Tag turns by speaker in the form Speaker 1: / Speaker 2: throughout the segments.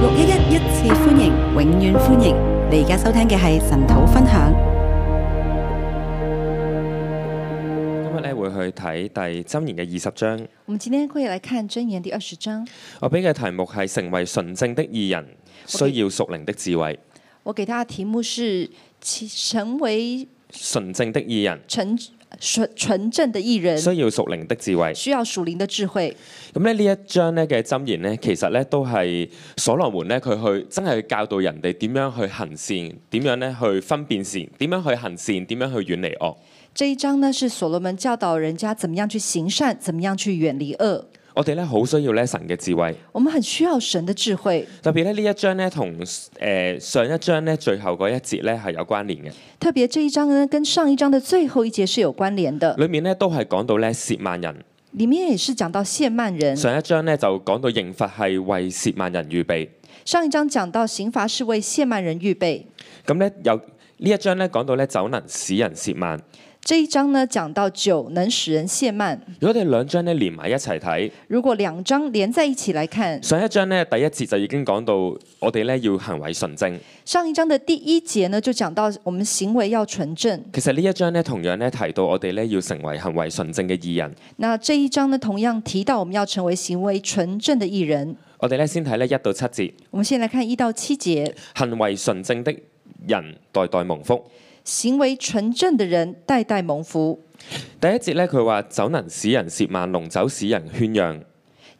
Speaker 1: 六一一一次歡迎，永遠歡迎！你而家收聽嘅係神土分享。
Speaker 2: 今日咧會去睇第《箴言》嘅二十章，
Speaker 3: 我们今天会来看箴言第二十章。
Speaker 2: 我俾嘅題目係成為純正的義人，需要屬靈的智慧。
Speaker 3: 我给大家题目是：其成为
Speaker 2: 純正的義人
Speaker 3: 纯纯纯正的艺人，
Speaker 2: 需要屬靈的智慧。
Speaker 3: 需要属灵的智慧。
Speaker 2: 咁咧呢一章咧嘅箴言咧，其實咧都係所羅門咧佢去真係去教導人哋點樣去行善，點樣咧去分辨善，點樣去行善，點樣去遠離惡。
Speaker 3: 这一章呢，是所罗门教导人家怎么样去行善，怎么样去远离恶。
Speaker 2: 我哋咧好需要咧神嘅智慧，
Speaker 3: 我们很需要神的智慧，
Speaker 2: 特別咧呢一章咧同誒上一章咧最後嗰一節咧係有關聯嘅，
Speaker 3: 特别这一章呢，跟上一章的最后一节是有关联的。
Speaker 2: 裡面咧都係講到咧涉萬人。
Speaker 3: 里面也是讲到谢曼人，
Speaker 2: 上一章咧就講到刑罰係為涉萬人預備，
Speaker 3: 上一章讲到刑罚是为谢曼人预备，
Speaker 2: 咁咧有呢一章咧講到咧酒能使人涉萬。
Speaker 3: 这一章呢讲到酒能使人谢曼。
Speaker 2: 如果你兩章咧連埋一齊睇，
Speaker 3: 如果两章連在一起来看，
Speaker 2: 上一章咧第一節就已經講到我哋咧要行為純正。
Speaker 3: 上一章的第一节呢，就讲到我们行为要纯正。
Speaker 2: 其實呢一章咧同樣咧提到我哋咧要成為行為純正嘅義人。
Speaker 3: 那这一章呢，同样提到我们要成为行为纯正的艺人。
Speaker 2: 我哋咧先睇咧一到七節，
Speaker 3: 我们先来看一到七节，
Speaker 2: 行為純正的人代代蒙福。
Speaker 3: 行为纯正的人代代蒙福。
Speaker 2: 第一節咧佢話酒能使人涉萬，濃酒使人圈讓。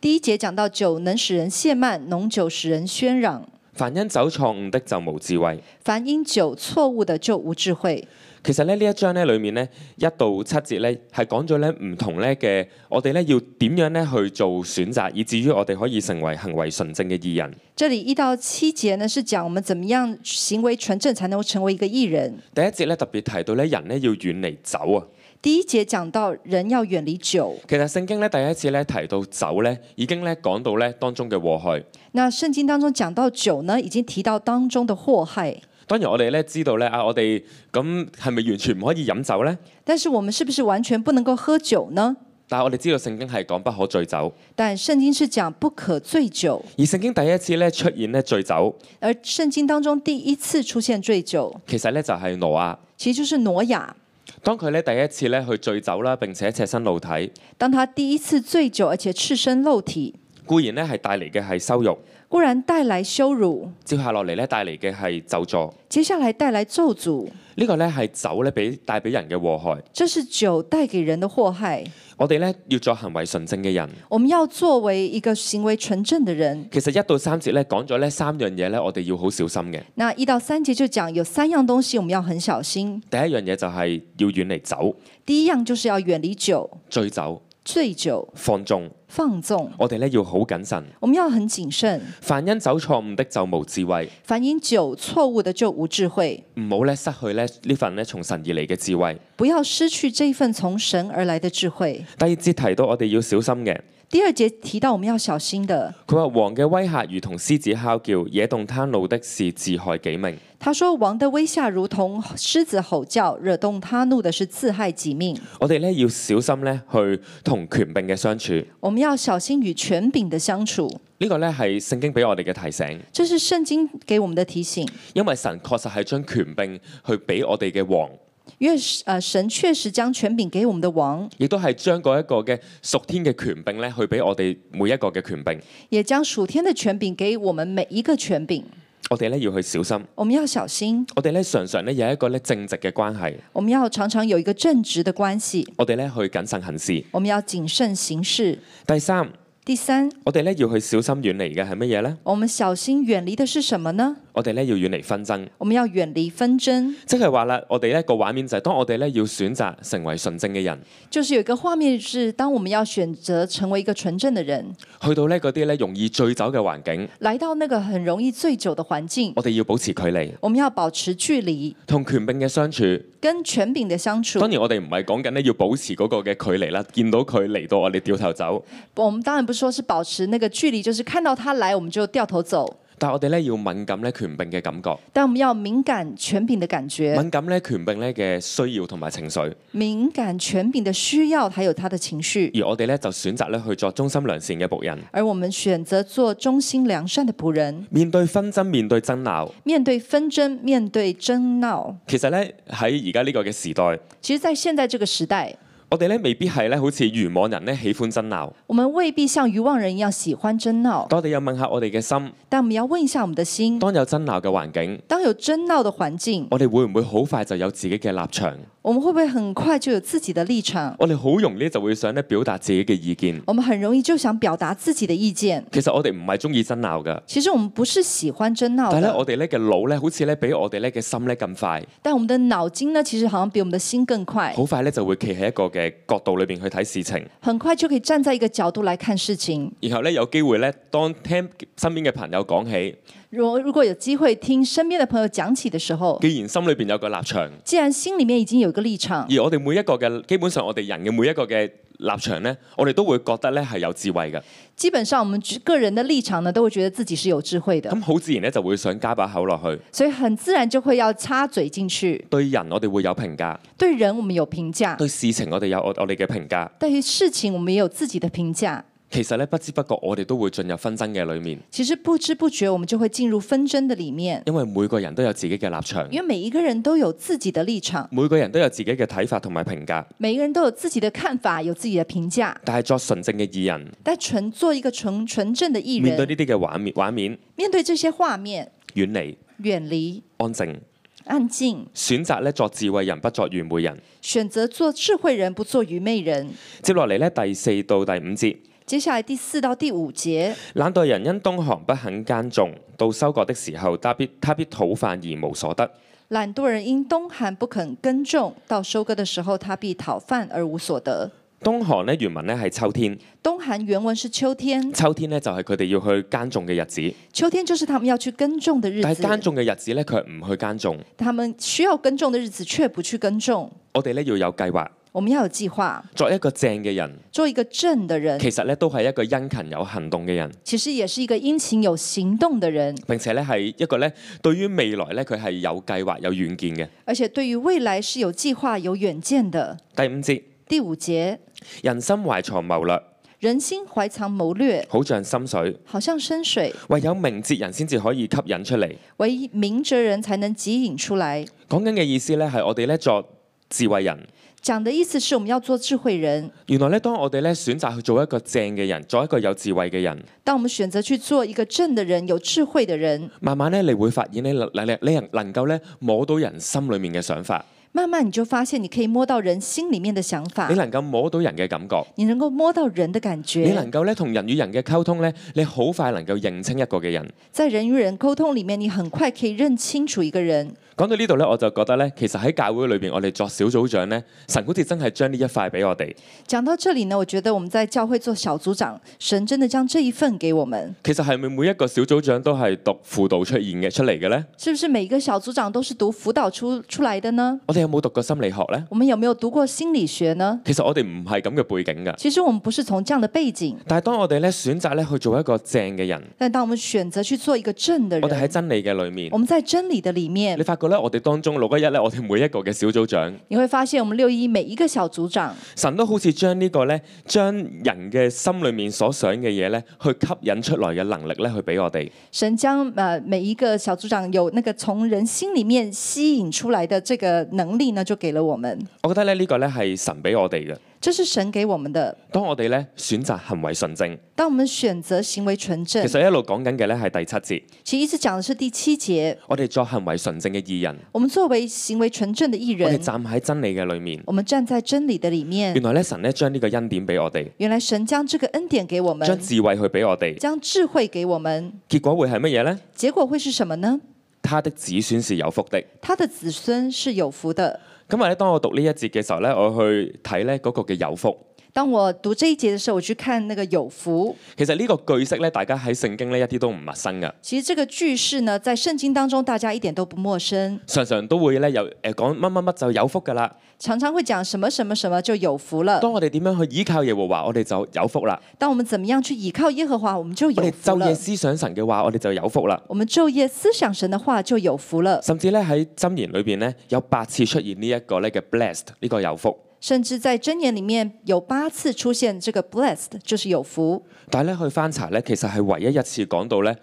Speaker 3: 第一节讲到酒能使人懈慢，浓酒使人喧嚷。
Speaker 2: 凡因酒錯誤的就無智慧。
Speaker 3: 凡因酒错误的就无智慧。
Speaker 2: 其實咧呢一章咧裏面咧一到七節咧係講咗咧唔同咧嘅，我哋咧要點樣咧去做選擇，以至於我哋可以成為行為純正嘅義人。
Speaker 3: 这里一到七节呢，是讲我们怎么样行为纯正才能够成为一个艺人。
Speaker 2: 第一節咧特別提到咧人咧要遠離酒啊。
Speaker 3: 第一节讲到人要远离酒，
Speaker 2: 其實聖經咧第一次咧提到酒咧已經咧講到咧當中嘅禍害。
Speaker 3: 那圣经当中讲到酒呢，已经提到当中的祸害。
Speaker 2: 當然我哋咧知道咧啊，我哋咁係咪完全唔可以飲酒咧？
Speaker 3: 但是我们是不是完全不能够喝酒呢？
Speaker 2: 但係我哋知道聖經係講不可醉酒，
Speaker 3: 但圣经是讲不可醉酒，
Speaker 2: 而聖經第一次咧出現咧醉酒，
Speaker 3: 而圣经当中第一次出现醉酒，
Speaker 2: 其實咧就係挪亞。
Speaker 3: 其实就是挪亚。
Speaker 2: 當佢咧第一次咧去醉酒啦，並且赤身露體。
Speaker 3: 当他第一次醉酒，而且赤身露体，
Speaker 2: 固然咧係帶嚟嘅係羞辱，
Speaker 3: 固然带来羞辱，
Speaker 2: 接下落嚟咧帶嚟嘅係咒詛。
Speaker 3: 接下来带来咒诅，
Speaker 2: 呢、個咧係酒咧俾帶俾人嘅禍害。
Speaker 3: 这是酒带给人的祸害。
Speaker 2: 我哋咧要作行為純正嘅人。
Speaker 3: 我们要作为一个行为纯正的人。
Speaker 2: 其實一到三節咧講咗呢三樣嘢咧，我哋要好小心嘅。
Speaker 3: 那一到三节就讲有三样东西我们要很小心。
Speaker 2: 第一樣嘢就係要遠離酒、
Speaker 3: 第一样就是要远离酒、
Speaker 2: 醉酒、
Speaker 3: 醉酒、
Speaker 2: 放縱。
Speaker 3: 放纵，
Speaker 2: 我哋咧要好謹慎。
Speaker 3: 我们要很谨慎。
Speaker 2: 凡因酒錯誤的就無智慧，
Speaker 3: 凡因酒错误的就无智慧，
Speaker 2: 唔好咧失去咧呢份咧從神而嚟嘅智慧。
Speaker 3: 不要失去这一份从神而来的智慧。
Speaker 2: 第二節提到我哋要小心嘅。
Speaker 3: 第二节提到我们要小心的，
Speaker 2: 佢話王嘅威嚇如同獅子哮叫，惹動貪怒的是自害己命。
Speaker 3: 他说：“王的威吓如同狮子吼叫，惹动他怒的是自害己命。
Speaker 2: 我哋咧要小心咧去同權柄嘅相處。”
Speaker 3: 我们要小心与权柄的相处，
Speaker 2: 呢個咧係聖經俾我哋嘅提醒，
Speaker 3: 这是圣经给我们的提醒。
Speaker 2: 因為神確實係將權柄去俾我哋嘅王，
Speaker 3: 因为呃，神确实将权柄给我们的王，
Speaker 2: 亦都係將嗰一個嘅屬天嘅權柄咧去俾我哋每一個嘅權柄。
Speaker 3: 也将属天的权柄给我们每一个权柄。
Speaker 2: 我哋咧要去小心，
Speaker 3: 我们要小心，
Speaker 2: 我哋咧常常咧有一個咧正直嘅關係，
Speaker 3: 我们要常常有一个正直的关系，
Speaker 2: 我哋咧去謹慎行事。
Speaker 3: 我们要谨慎行事。
Speaker 2: 第三，
Speaker 3: 第三，
Speaker 2: 我哋咧要去小心遠離嘅係乜嘢呢？
Speaker 3: 我们小心远离的是什么呢？
Speaker 2: 我哋咧要遠離紛爭。
Speaker 3: 我們要遠離紛爭，
Speaker 2: 即係話啦，我哋呢個畫面就係當我哋咧要選擇成為純正嘅人，
Speaker 3: 就是有一個畫面是，當我們要選擇成為一個純正的人，
Speaker 2: 去到呢嗰啲咧容易醉酒嘅環境，
Speaker 3: 來到那個很容易醉酒的環境，
Speaker 2: 我哋要保持距離，
Speaker 3: 我們要保持距離，
Speaker 2: 同權柄嘅相處。
Speaker 3: 跟權柄的相處
Speaker 2: 當。然我哋唔係講緊咧要保持嗰個嘅距離啦，見到佢嚟到我哋掉頭走，
Speaker 3: 我們當然不是說是保持那個距離，就是看到他來我們就掉頭走，
Speaker 2: 但係我哋咧要敏感咧權柄嘅感覺，
Speaker 3: 但我们要敏感权柄的感觉，
Speaker 2: 敏感咧權柄咧嘅需要同埋情緒，
Speaker 3: 敏感权柄的需要，还有他的情绪。
Speaker 2: 而我哋咧就選擇咧去作忠心良善嘅仆人。
Speaker 3: 而我们选择做忠心良善的仆人，
Speaker 2: 面對紛爭，面對爭鬧，
Speaker 3: 面对纷争，面对争闹。
Speaker 2: 其實咧喺而家呢個嘅時代，
Speaker 3: 其实，在现在这个时代，
Speaker 2: 我哋咧未必係咧好似愚妄人咧喜歡爭鬧。
Speaker 3: 我们未必像愚妄人一样喜欢争闹，
Speaker 2: 當我哋又問下我哋嘅心，
Speaker 3: 但我们要问一下我们的心：
Speaker 2: 當有爭鬧嘅環境，
Speaker 3: 当有争闹的环境，
Speaker 2: 我哋會唔會好快就有自己嘅立場？
Speaker 3: 我们会不会很快就有自己的立场？
Speaker 2: 我哋好容易咧就會想咧表達自己嘅意見。
Speaker 3: 我们很容易就想表达自己的意见。
Speaker 2: 其實我哋唔係中意爭鬧噶，
Speaker 3: 其实我们不是喜欢争闹
Speaker 2: 但係咧
Speaker 3: 的，
Speaker 2: 我哋咧嘅腦咧好似咧比我哋咧嘅心咧咁快，
Speaker 3: 但我们的脑筋呢，其实好像比我们的心更快，
Speaker 2: 好快咧就會企喺一個嘅角度裏邊去睇事情，
Speaker 3: 很快就可以站在一个角度来看事情。
Speaker 2: 然後咧有機會咧當聽身邊嘅朋友講起，
Speaker 3: 如如果有机会听身邊的朋友講起的時候，
Speaker 2: 既然心裏邊有個立場，而
Speaker 3: 既然心里面已經有一個立場，
Speaker 2: 我哋每一個嘅基本上我哋人嘅每一個嘅立場咧，我哋都會覺得咧係啊有智慧嘅，
Speaker 3: 基本上我們個人的立場呢，都會覺得自己是有智慧的，
Speaker 2: 咁好自然咧就會想加把口落去。
Speaker 3: 所以很自然就會要插嘴進去。
Speaker 2: 對人我哋會有評價，
Speaker 3: 對人我們有評價，
Speaker 2: 對事情我哋有我我哋嘅評價。
Speaker 3: 對於事情我們也有自己的評價。
Speaker 2: 其實咧不知不覺我哋都會進入紛爭嘅裡面，
Speaker 3: 其實不知不覺我們就會進入紛爭的裡面，
Speaker 2: 因為每個人都有自己嘅立場。
Speaker 3: 因為每一個人都有自己的立場，
Speaker 2: 每個人都有自己嘅睇法同埋評價，
Speaker 3: 每一個人都有自己的看法，有自己的評價。
Speaker 2: 但係作純正嘅義人，
Speaker 3: 但純做一個純純正的藝
Speaker 2: 面對
Speaker 3: 人，
Speaker 2: 呢啲嘅畫面畫面，
Speaker 3: 面對這些畫面，
Speaker 2: 遠離
Speaker 3: 遠離、
Speaker 2: 安靜，
Speaker 3: 安靜，
Speaker 2: 選擇咧作智慧人，不作愚昧人。
Speaker 3: 選擇做智慧人，不做愚昧人。
Speaker 2: 接落嚟咧，第四到第五節，
Speaker 3: 接下来第四到第五節，
Speaker 2: 懶惰人因冬寒不肯耕種，到收割的時候，他必他必討飯而無所得。
Speaker 3: 懶惰人因冬寒不肯耕種，到收割的時候，他必討飯而無所得。
Speaker 2: 冬寒咧原文咧係秋天，
Speaker 3: 冬寒原文是秋天，
Speaker 2: 秋天咧就係佢哋要去耕種嘅日子，
Speaker 3: 秋天就是他們要去耕種的日
Speaker 2: 但係耕
Speaker 3: 子，
Speaker 2: 種嘅日子咧佢唔去耕種。
Speaker 3: 他們需要耕種的日子卻不去耕種。
Speaker 2: 我哋咧要有計劃，
Speaker 3: 我們要有計劃，
Speaker 2: 作一個正嘅人，
Speaker 3: 做一個正的人，
Speaker 2: 其實咧都係一個殷勤有行動嘅人。
Speaker 3: 其實也是一個殷勤有行動的人，
Speaker 2: 並且咧係一個咧對於未來咧佢係有計劃有遠見嘅。
Speaker 3: 而且對於未來是有計劃、有遠見的。
Speaker 2: 第五節，
Speaker 3: 第五節，
Speaker 2: 人心懷藏謀略，
Speaker 3: 人心懷藏謀略，
Speaker 2: 好像深水，
Speaker 3: 好像深水，
Speaker 2: 唯有明哲人先至可以吸引出嚟。
Speaker 3: 唯明哲人才能汲引出來。
Speaker 2: 講緊嘅意思咧係我哋咧作智慧人。
Speaker 3: 讲的意思是我们要做智慧人。
Speaker 2: 原來咧，當我哋咧選擇去做一個正嘅人，做一個有智慧嘅人，
Speaker 3: 当我们选择去做一个正的人、有智慧的人，
Speaker 2: 慢慢咧，你會發現咧，能能你能能夠咧摸到人心裏面嘅想法，
Speaker 3: 慢慢你就发现你可以摸到人心里面的想法
Speaker 2: 你，能夠摸到人嘅感覺，
Speaker 3: 你能够摸到人的感
Speaker 2: 你
Speaker 3: 觉。
Speaker 2: 能夠咧同人與人嘅溝通咧，你好快能夠認清一個嘅人。
Speaker 3: 在人与人沟通里面，你很快可以认清楚一个人。
Speaker 2: 講到呢度咧，我就覺得咧，其實喺教會裏邊，我哋作小組長咧，神好似真係將呢一塊俾我哋。
Speaker 3: 讲到这里呢，我觉得我们在教会做小组长，神真的将这一份给我们。
Speaker 2: 其實係咪每一個小組長都係讀輔導出現嘅出嚟嘅咧？
Speaker 3: 是不是每一个小组长都是读辅导出出来的呢？
Speaker 2: 我哋有冇讀過心理學咧？
Speaker 3: 我们有没有读过心理学呢？
Speaker 2: 其實我哋唔係咁嘅背景㗎。
Speaker 3: 其实我们不是从这样的背景，
Speaker 2: 但係當我哋咧選擇咧去做一個正嘅人，
Speaker 3: 但当我们選擇去做一個正的
Speaker 2: 我哋喺
Speaker 3: 人，
Speaker 2: 真理嘅裏面
Speaker 3: 我，們在真理的裡面
Speaker 2: 你，發覺咧，我哋當中六一一咧，我哋每一個嘅小組長，
Speaker 3: 你會發現我們六一每一個小組長，
Speaker 2: 神都好似將呢個咧，將人嘅心裏面所想嘅嘢咧，去吸引出來嘅能力咧，去俾我哋。
Speaker 3: 神將呃每一個小組長有那個從人心裡面吸引出來的這個能力呢，就給了我們。
Speaker 2: 我覺得咧，呢個咧係神俾我哋嘅。
Speaker 3: 這是神給我們的。
Speaker 2: 當我哋咧選擇行為純正，
Speaker 3: 當我們選擇行為純正
Speaker 2: 其，實一路講緊嘅咧係第七節，
Speaker 3: 其實一直講的是第七節，
Speaker 2: 我哋作行為純正嘅義人，
Speaker 3: 我們作為行為純正的義
Speaker 2: 我哋
Speaker 3: 人，嗯
Speaker 2: 站喺真理嘅裏面。
Speaker 3: 我們站在真理的裡面
Speaker 2: 原。來咧，神咧將呢個恩典俾我哋，
Speaker 3: 原來神將這個恩典給我
Speaker 2: 將
Speaker 3: 們，
Speaker 2: 智慧去俾我哋，
Speaker 3: 將智慧給我們，
Speaker 2: 結果會係乜嘢呢？
Speaker 3: 結果會是什麼呢？
Speaker 2: 他的子孫是有福的。
Speaker 3: 他的子孫是有福的。
Speaker 2: 今日咧，當我讀呢一節嘅時候咧，我去睇咧嗰個嘅有福，
Speaker 3: 当我读这一节的时候，我去看那个有福。
Speaker 2: 其實呢個句式咧，大家喺聖經咧一啲都唔陌生噶，
Speaker 3: 其实这个句式呢，在圣经当中大家一点都不陌生，
Speaker 2: 常常都會咧有誒講乜乜乜就有福噶啦。
Speaker 3: 常常会讲什么什么什么就有福了。
Speaker 2: 當我哋點樣去依靠耶和華，我哋就有福啦。
Speaker 3: 当我们怎么样去倚靠耶和华，我们就
Speaker 2: 我
Speaker 3: 有
Speaker 2: 哋
Speaker 3: 福
Speaker 2: 晝夜
Speaker 3: 了。
Speaker 2: 思想神嘅話，我哋就有福啦。
Speaker 3: 我们昼夜思想神的话，就有福了。
Speaker 2: 甚至咧喺箴言裏邊咧，有八次出現呢一個咧嘅 blessed 呢個有福。
Speaker 3: 甚至在箴言里面有八次出现这个 blessed，就是有福。
Speaker 2: 但係咧去翻查咧，其實係唯一一次講到咧，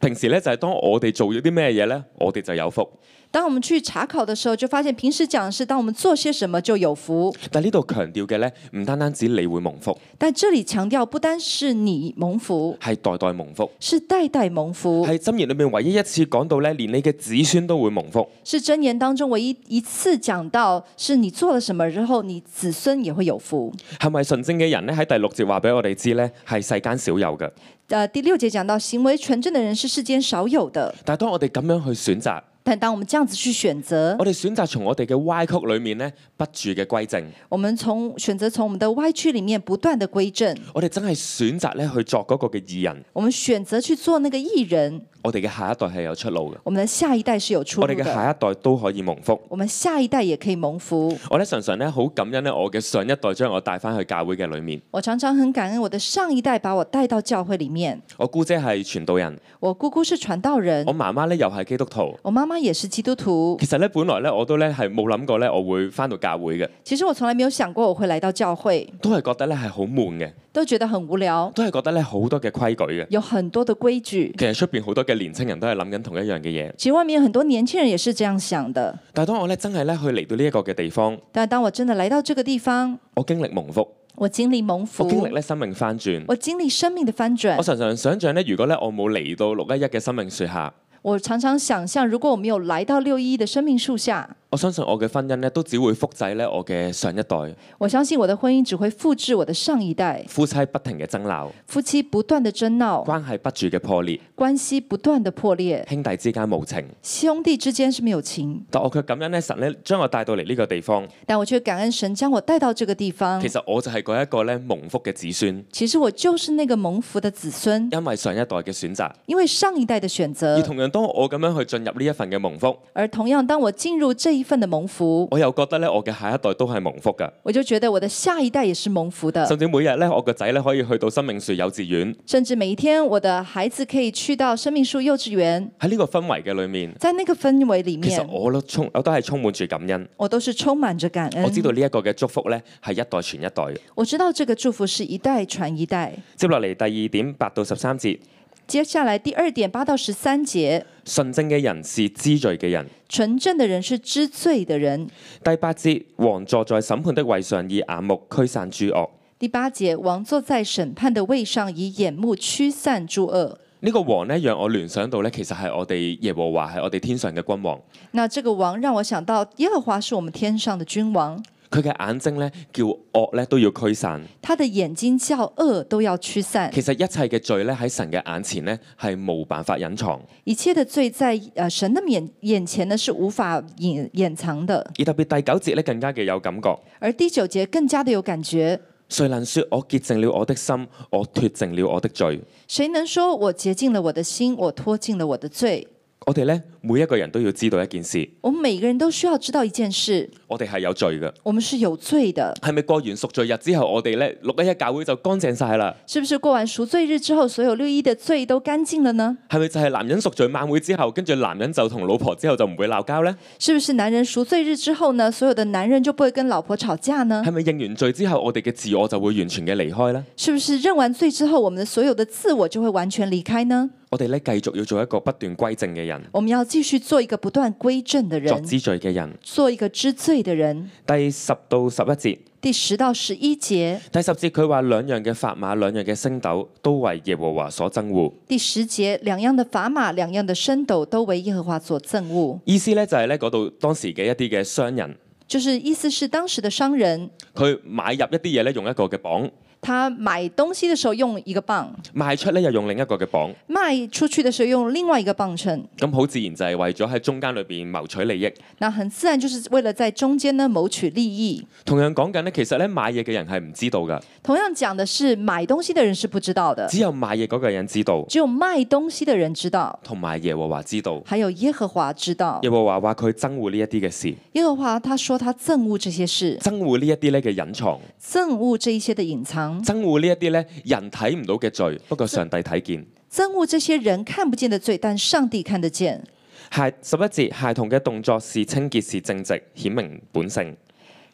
Speaker 2: 平時咧就係當我哋做咗啲咩嘢咧，我哋就有福。
Speaker 3: 当我们去查考的时候，就发现平时讲的是当我们做些什么就有福，
Speaker 2: 但呢度強調嘅咧，唔單單指你會蒙福，
Speaker 3: 但这里强调不单是你蒙福，
Speaker 2: 係代代蒙福。
Speaker 3: 是代代蒙福，
Speaker 2: 係箴言裏面唯一一次講到咧，連你嘅子孫都會蒙福。
Speaker 3: 是箴言当中唯一一次讲到是你做了什么，然后你子孙也会有福。
Speaker 2: 係咪純正嘅人咧？喺第六節話俾我哋知咧，係世間少有嘅。
Speaker 3: 呃，第六节讲到行为纯正的人是世间少有的，
Speaker 2: 但係當我哋咁樣去選擇，
Speaker 3: 但当我们这样子去选择，
Speaker 2: 我哋選擇從我哋嘅歪曲裏面咧不住嘅歸正，
Speaker 3: 我们从选择从我们的歪曲里面不断的归正，
Speaker 2: 我哋真係選擇咧去作嗰個嘅義人，
Speaker 3: 我们选择去做那个艺人，
Speaker 2: 我哋嘅下一代係有出路嘅，
Speaker 3: 我们的下一代是有出
Speaker 2: 我
Speaker 3: 路
Speaker 2: 哋嘅
Speaker 3: 的，
Speaker 2: 下一代都可以蒙福。
Speaker 3: 我们下一代也可以蒙福。
Speaker 2: 我咧常常咧好感恩咧，我嘅上一代將我帶翻去教會嘅裏面。
Speaker 3: 我常常很感恩我的上一代把我带到教会里面，
Speaker 2: 我姑姐係傳道人，
Speaker 3: 我姑姑是传道人
Speaker 2: 我，媽媽咧又係基督徒。
Speaker 3: 我妈妈也是基督徒。
Speaker 2: 其實咧，本來咧我都咧係冇諗過咧，我會翻到教會嘅，
Speaker 3: 其实我從來沒有想過我會來到教會，
Speaker 2: 都係覺得咧係好悶嘅，
Speaker 3: 都覺得很無聊，
Speaker 2: 都係覺得咧好多嘅規矩嘅。
Speaker 3: 有很多的規矩。
Speaker 2: 其實出邊好多嘅年青人都係諗緊同一樣嘅嘢，
Speaker 3: 其實外面很多年輕人也是這樣想的，
Speaker 2: 但係當我咧真係咧去嚟到呢一個嘅地方，
Speaker 3: 但當我真的來到這個地方，
Speaker 2: 我經歷蒙福，
Speaker 3: 我經歷蒙福
Speaker 2: 我，經歷咧生命翻轉。
Speaker 3: 我經歷生命的翻
Speaker 2: 我
Speaker 3: 轉。
Speaker 2: 常常想像咧，如果咧我冇嚟到六一一嘅生命樹下，
Speaker 3: 我常常想象，如果我沒有來到六一一的生命樹下，
Speaker 2: 我相信我嘅婚姻咧都只會複製咧我嘅上一代，
Speaker 3: 我相信我的婚姻只會複製我的上一代，
Speaker 2: 夫妻不停嘅爭鬧，
Speaker 3: 夫妻不斷的爭鬧，
Speaker 2: 關係不住嘅破裂，
Speaker 3: 關係不斷的破裂，
Speaker 2: 兄弟之間無情。
Speaker 3: 兄弟之間是沒有情。
Speaker 2: 但我卻感恩咧，神咧將我帶到嚟呢個地方。
Speaker 3: 但我却感恩神将我帶到這個地方
Speaker 2: 其。實我就係嗰一個咧蒙福嘅子孫，
Speaker 3: 其實我就是那個蒙福的子孫，
Speaker 2: 因為上一代嘅選擇。
Speaker 3: 因為上一代的選
Speaker 2: 而
Speaker 3: 擇。
Speaker 2: 同樣當我咁樣去進入呢一份嘅蒙福，
Speaker 3: 而同樣，當我進入這一份的蒙福，
Speaker 2: 我又覺得咧我嘅下一代都係蒙福㗎。
Speaker 3: 我就覺得我的下一代也是蒙福的。
Speaker 2: 甚至每日咧，我個仔咧可以去到生命樹幼稚園。
Speaker 3: 甚至每一天，我的孩子可以去到生命樹幼稚園，
Speaker 2: 喺呢個氛圍嘅裏面，
Speaker 3: 在那個氛圍裡
Speaker 2: 其實
Speaker 3: 面，
Speaker 2: 我都充我都係充滿住感恩。
Speaker 3: 我都是充滿着感
Speaker 2: 我知道
Speaker 3: 恩。
Speaker 2: 呢一個嘅祝福咧係一代傳一代嘅。
Speaker 3: 我知道這個祝福是一代傳一代。
Speaker 2: 接落嚟第二點八到十三節，
Speaker 3: 接下來第二點，八到十三節，
Speaker 2: 純正嘅人是知罪嘅人。
Speaker 3: 純正的人是知罪的人。
Speaker 2: 第八節，王坐在審判的位上，以眼目驅散諸惡。
Speaker 3: 第八節，王坐在審判的位上，以眼目驅散諸惡。
Speaker 2: 呢個王呢，讓我聯想到呢，其實係我哋耶和華係我哋天上嘅君王，
Speaker 3: 那這個王讓我想到耶和華是我們天上的君王，
Speaker 2: 佢嘅眼睛呢，叫惡呢都要驅散。
Speaker 3: 他的眼睛叫惡都要驅散，
Speaker 2: 其實一切嘅罪呢，喺神嘅眼前呢，係冇辦法隱藏，
Speaker 3: 一切的罪在呃神的眼眼前呢是無法掩掩藏的。
Speaker 2: 而特別第九節呢，更加嘅有感覺。
Speaker 3: 而第九節更加的有感覺，
Speaker 2: 誰能說我潔淨了我的心，我脱淨了我的罪？
Speaker 3: 誰能說我潔淨了我的心，我脫盡了我的罪？
Speaker 2: 我哋呢，每一個人都要知道一件事，
Speaker 3: 我們每個人都需要知道一件事，
Speaker 2: 我哋係有罪嘅。
Speaker 3: 我們是有罪的，
Speaker 2: 係咪過完贖罪日之後，我哋呢，六一一教會就乾淨晒啦？
Speaker 3: 是不是？過完贖罪日之後，所有六一的罪都乾淨了呢？
Speaker 2: 係咪就係男人贖罪晚會之後，跟住男人就同老婆之後就唔會鬧交呢？
Speaker 3: 是不是男人贖罪日之後呢，所有的男人就不會跟老婆吵架呢？
Speaker 2: 係咪認完罪之後，我哋嘅自我就會完全嘅離開呢？
Speaker 3: 是不是認完罪之後，我們的所有的自我就會完全離開呢？
Speaker 2: 我哋咧繼續要做一個不斷歸正嘅人，
Speaker 3: 我們要繼續做一個不斷歸正的
Speaker 2: 作
Speaker 3: 人，
Speaker 2: 知罪嘅人。
Speaker 3: 做一個知罪的人。
Speaker 2: 第十到十一節，
Speaker 3: 第十到十一節，
Speaker 2: 第十節佢話兩樣嘅法碼，兩樣嘅星斗，都為耶和華所憎惡。
Speaker 3: 第十節，兩樣的砝碼，兩樣的升斗，都為耶和華所憎惡。
Speaker 2: 意思咧就係咧嗰度當時嘅一啲嘅商人，
Speaker 3: 就是意思是當時的商人，
Speaker 2: 佢買入一啲嘢咧用一個嘅磅，
Speaker 3: 他买东西的时候用一个磅，
Speaker 2: 賣出咧又用另一個嘅磅，
Speaker 3: 卖出去的时候用另外一个磅秤，
Speaker 2: 咁好自然就係為咗喺中間裏邊謀取利益。
Speaker 3: 那很自然就是为了在中间呢谋取利益。
Speaker 2: 同樣講緊咧，其實咧買嘢嘅人係唔知道㗎，
Speaker 3: 同样讲的是，买东西的人是不知道的，
Speaker 2: 只有買嘢嗰個人知道，
Speaker 3: 只有卖东西的人知道，
Speaker 2: 同埋耶和華知道。
Speaker 3: 还有耶和华知道。
Speaker 2: 耶和華話佢憎惡呢一啲嘅事，
Speaker 3: 耶和华他说他憎恶这些事，
Speaker 2: 憎惡呢一啲咧嘅隱藏，
Speaker 3: 憎恶这一些的隐藏，
Speaker 2: 憎惡呢一啲咧人睇唔到嘅罪，不過上帝睇見。
Speaker 3: 憎恶这些人看不见的罪，但上帝看得见。
Speaker 2: 孩十一節，孩童嘅動作是清潔，是正直，顯明本性。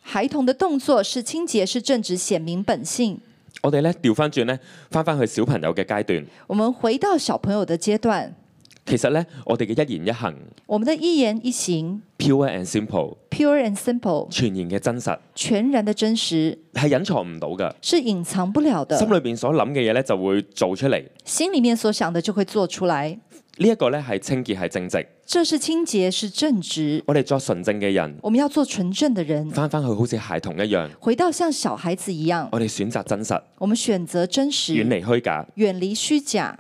Speaker 3: 孩童的动作是清洁，是正直，显明本性。
Speaker 2: 我哋咧調翻轉咧，翻翻去小朋友嘅階段，
Speaker 3: 我们回到小朋友的阶段，
Speaker 2: 其實咧我哋嘅一言一行
Speaker 3: 我们的一言一行
Speaker 2: ，pure and simple，
Speaker 3: ，pure and simple，
Speaker 2: 全然嘅真實
Speaker 3: 全然的真实，
Speaker 2: 係隱藏唔到㗎。
Speaker 3: 是隐藏不了
Speaker 2: 心
Speaker 3: 的。
Speaker 2: 裏邊所諗嘅嘢咧就會做出嚟。呢、
Speaker 3: 心里面所想的就会做出来。
Speaker 2: 一個咧係清潔係正直，
Speaker 3: 这是清洁，是正直。
Speaker 2: 我哋作純正嘅人，
Speaker 3: 我们要做纯正的人，
Speaker 2: 翻翻去好似孩童一樣，
Speaker 3: 回到像小孩子一样，
Speaker 2: 我哋選擇真實，
Speaker 3: 我们选择
Speaker 2: 遠
Speaker 3: 真实，
Speaker 2: 離虛假。
Speaker 3: 远离虚假。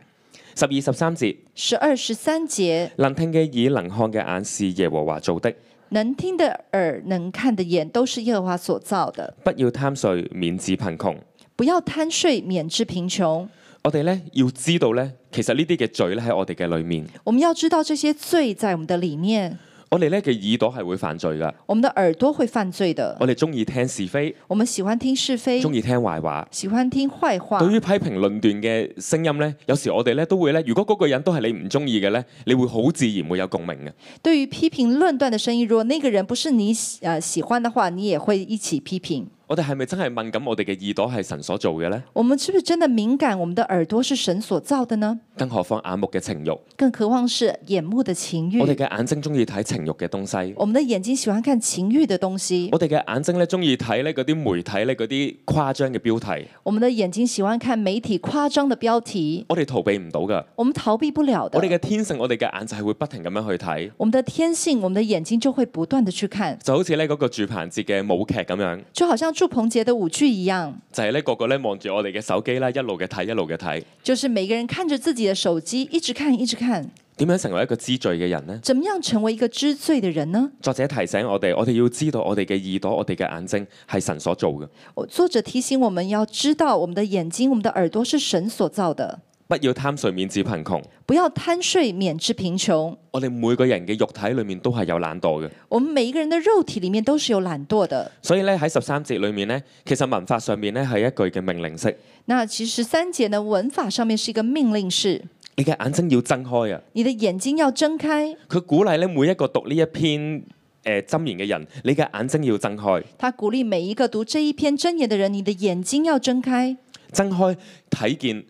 Speaker 2: 十二十三節，
Speaker 3: 十二十三节，
Speaker 2: 能聽嘅耳，能看嘅眼，是耶和華做的。
Speaker 3: 能听的耳，能看的眼，都是耶和华所造的。
Speaker 2: 不要貪睡，免致貧窮。
Speaker 3: 不要贪睡，免致贫穷。
Speaker 2: 我哋咧要知道咧，其實呢啲嘅罪咧喺我哋嘅裏面，
Speaker 3: 我们要知道这些罪在我们的里面，
Speaker 2: 我哋咧嘅耳朵係會犯罪噶。
Speaker 3: 我们的耳朵会犯罪的。
Speaker 2: 我哋中意聽是非，
Speaker 3: 我们喜欢听是非，
Speaker 2: 中意聽壞話。
Speaker 3: 喜欢聽壞話。
Speaker 2: 對於批評論斷嘅聲音咧，有時我哋咧都會咧，如果嗰個人都係你唔中意嘅咧，你會好自然會有共鳴嘅。
Speaker 3: 對於批評論斷的聲音，如果那個人不是你喜呃喜歡的話，你也會一起批評。
Speaker 2: 我哋係咪真係敏感？我哋嘅耳朵係神所做嘅呢？
Speaker 3: 我們是不是真的敏感？我們的耳朵是神所造的呢？
Speaker 2: 更何況眼目嘅情欲，
Speaker 3: 更何況是眼目的情欲
Speaker 2: 我。哋嘅眼睛中意睇情欲嘅東西，
Speaker 3: 嗯我們的眼睛喜歡看情欲的東西，
Speaker 2: 我哋嘅眼睛咧中意睇呢嗰啲媒體呢嗰啲誇張嘅標題，
Speaker 3: 我們的眼睛喜歡看媒體誇張的標題，
Speaker 2: 我哋逃避唔到噶。
Speaker 3: 我們逃避不了的
Speaker 2: 我哋。嘅天性，我哋嘅眼就係會不停咁樣去睇，
Speaker 3: 我們的天性，我們的眼睛就會不斷的去看，
Speaker 2: 就好似呢嗰個住棚節嘅舞劇咁樣，
Speaker 3: 就好像祝棚節的舞劇一樣，
Speaker 2: 就係呢個個咧望住我哋嘅手機啦，一路嘅睇，一路嘅睇，
Speaker 3: 就是每個人看着自己的手機，一直看，一直看。
Speaker 2: 點樣成為一個知罪嘅人呢？
Speaker 3: 怎麼樣成為一個知罪的人呢？
Speaker 2: 作者提醒我哋，我哋要知道我哋嘅耳朵、我哋嘅眼睛係神所做嘅，
Speaker 3: 我作者提醒我們要知道，我們的眼睛、我們的耳朵是神所造的，
Speaker 2: 不要貪睡免致貧窮。
Speaker 3: 不要貪睡，免致贫穷。
Speaker 2: 我哋每個人嘅肉體裏面都係有懶惰嘅，
Speaker 3: 我們每一個人的肉體裡面都是有懶惰的。
Speaker 2: 所以咧喺十三節裏面咧，其實文法上面咧係一句嘅命令式，
Speaker 3: 那其實三節呢，文法上面是一個命令式，
Speaker 2: 你嘅眼睛要睜開啊！
Speaker 3: 你的眼睛要睜開。
Speaker 2: 佢鼓勵咧每一個讀呢一篇誒箴言嘅人，你嘅眼睛要睜開，
Speaker 3: 他鼓勵每一個讀這一篇箴言的人，你的眼睛要睜開，
Speaker 2: 睜開睇見誒、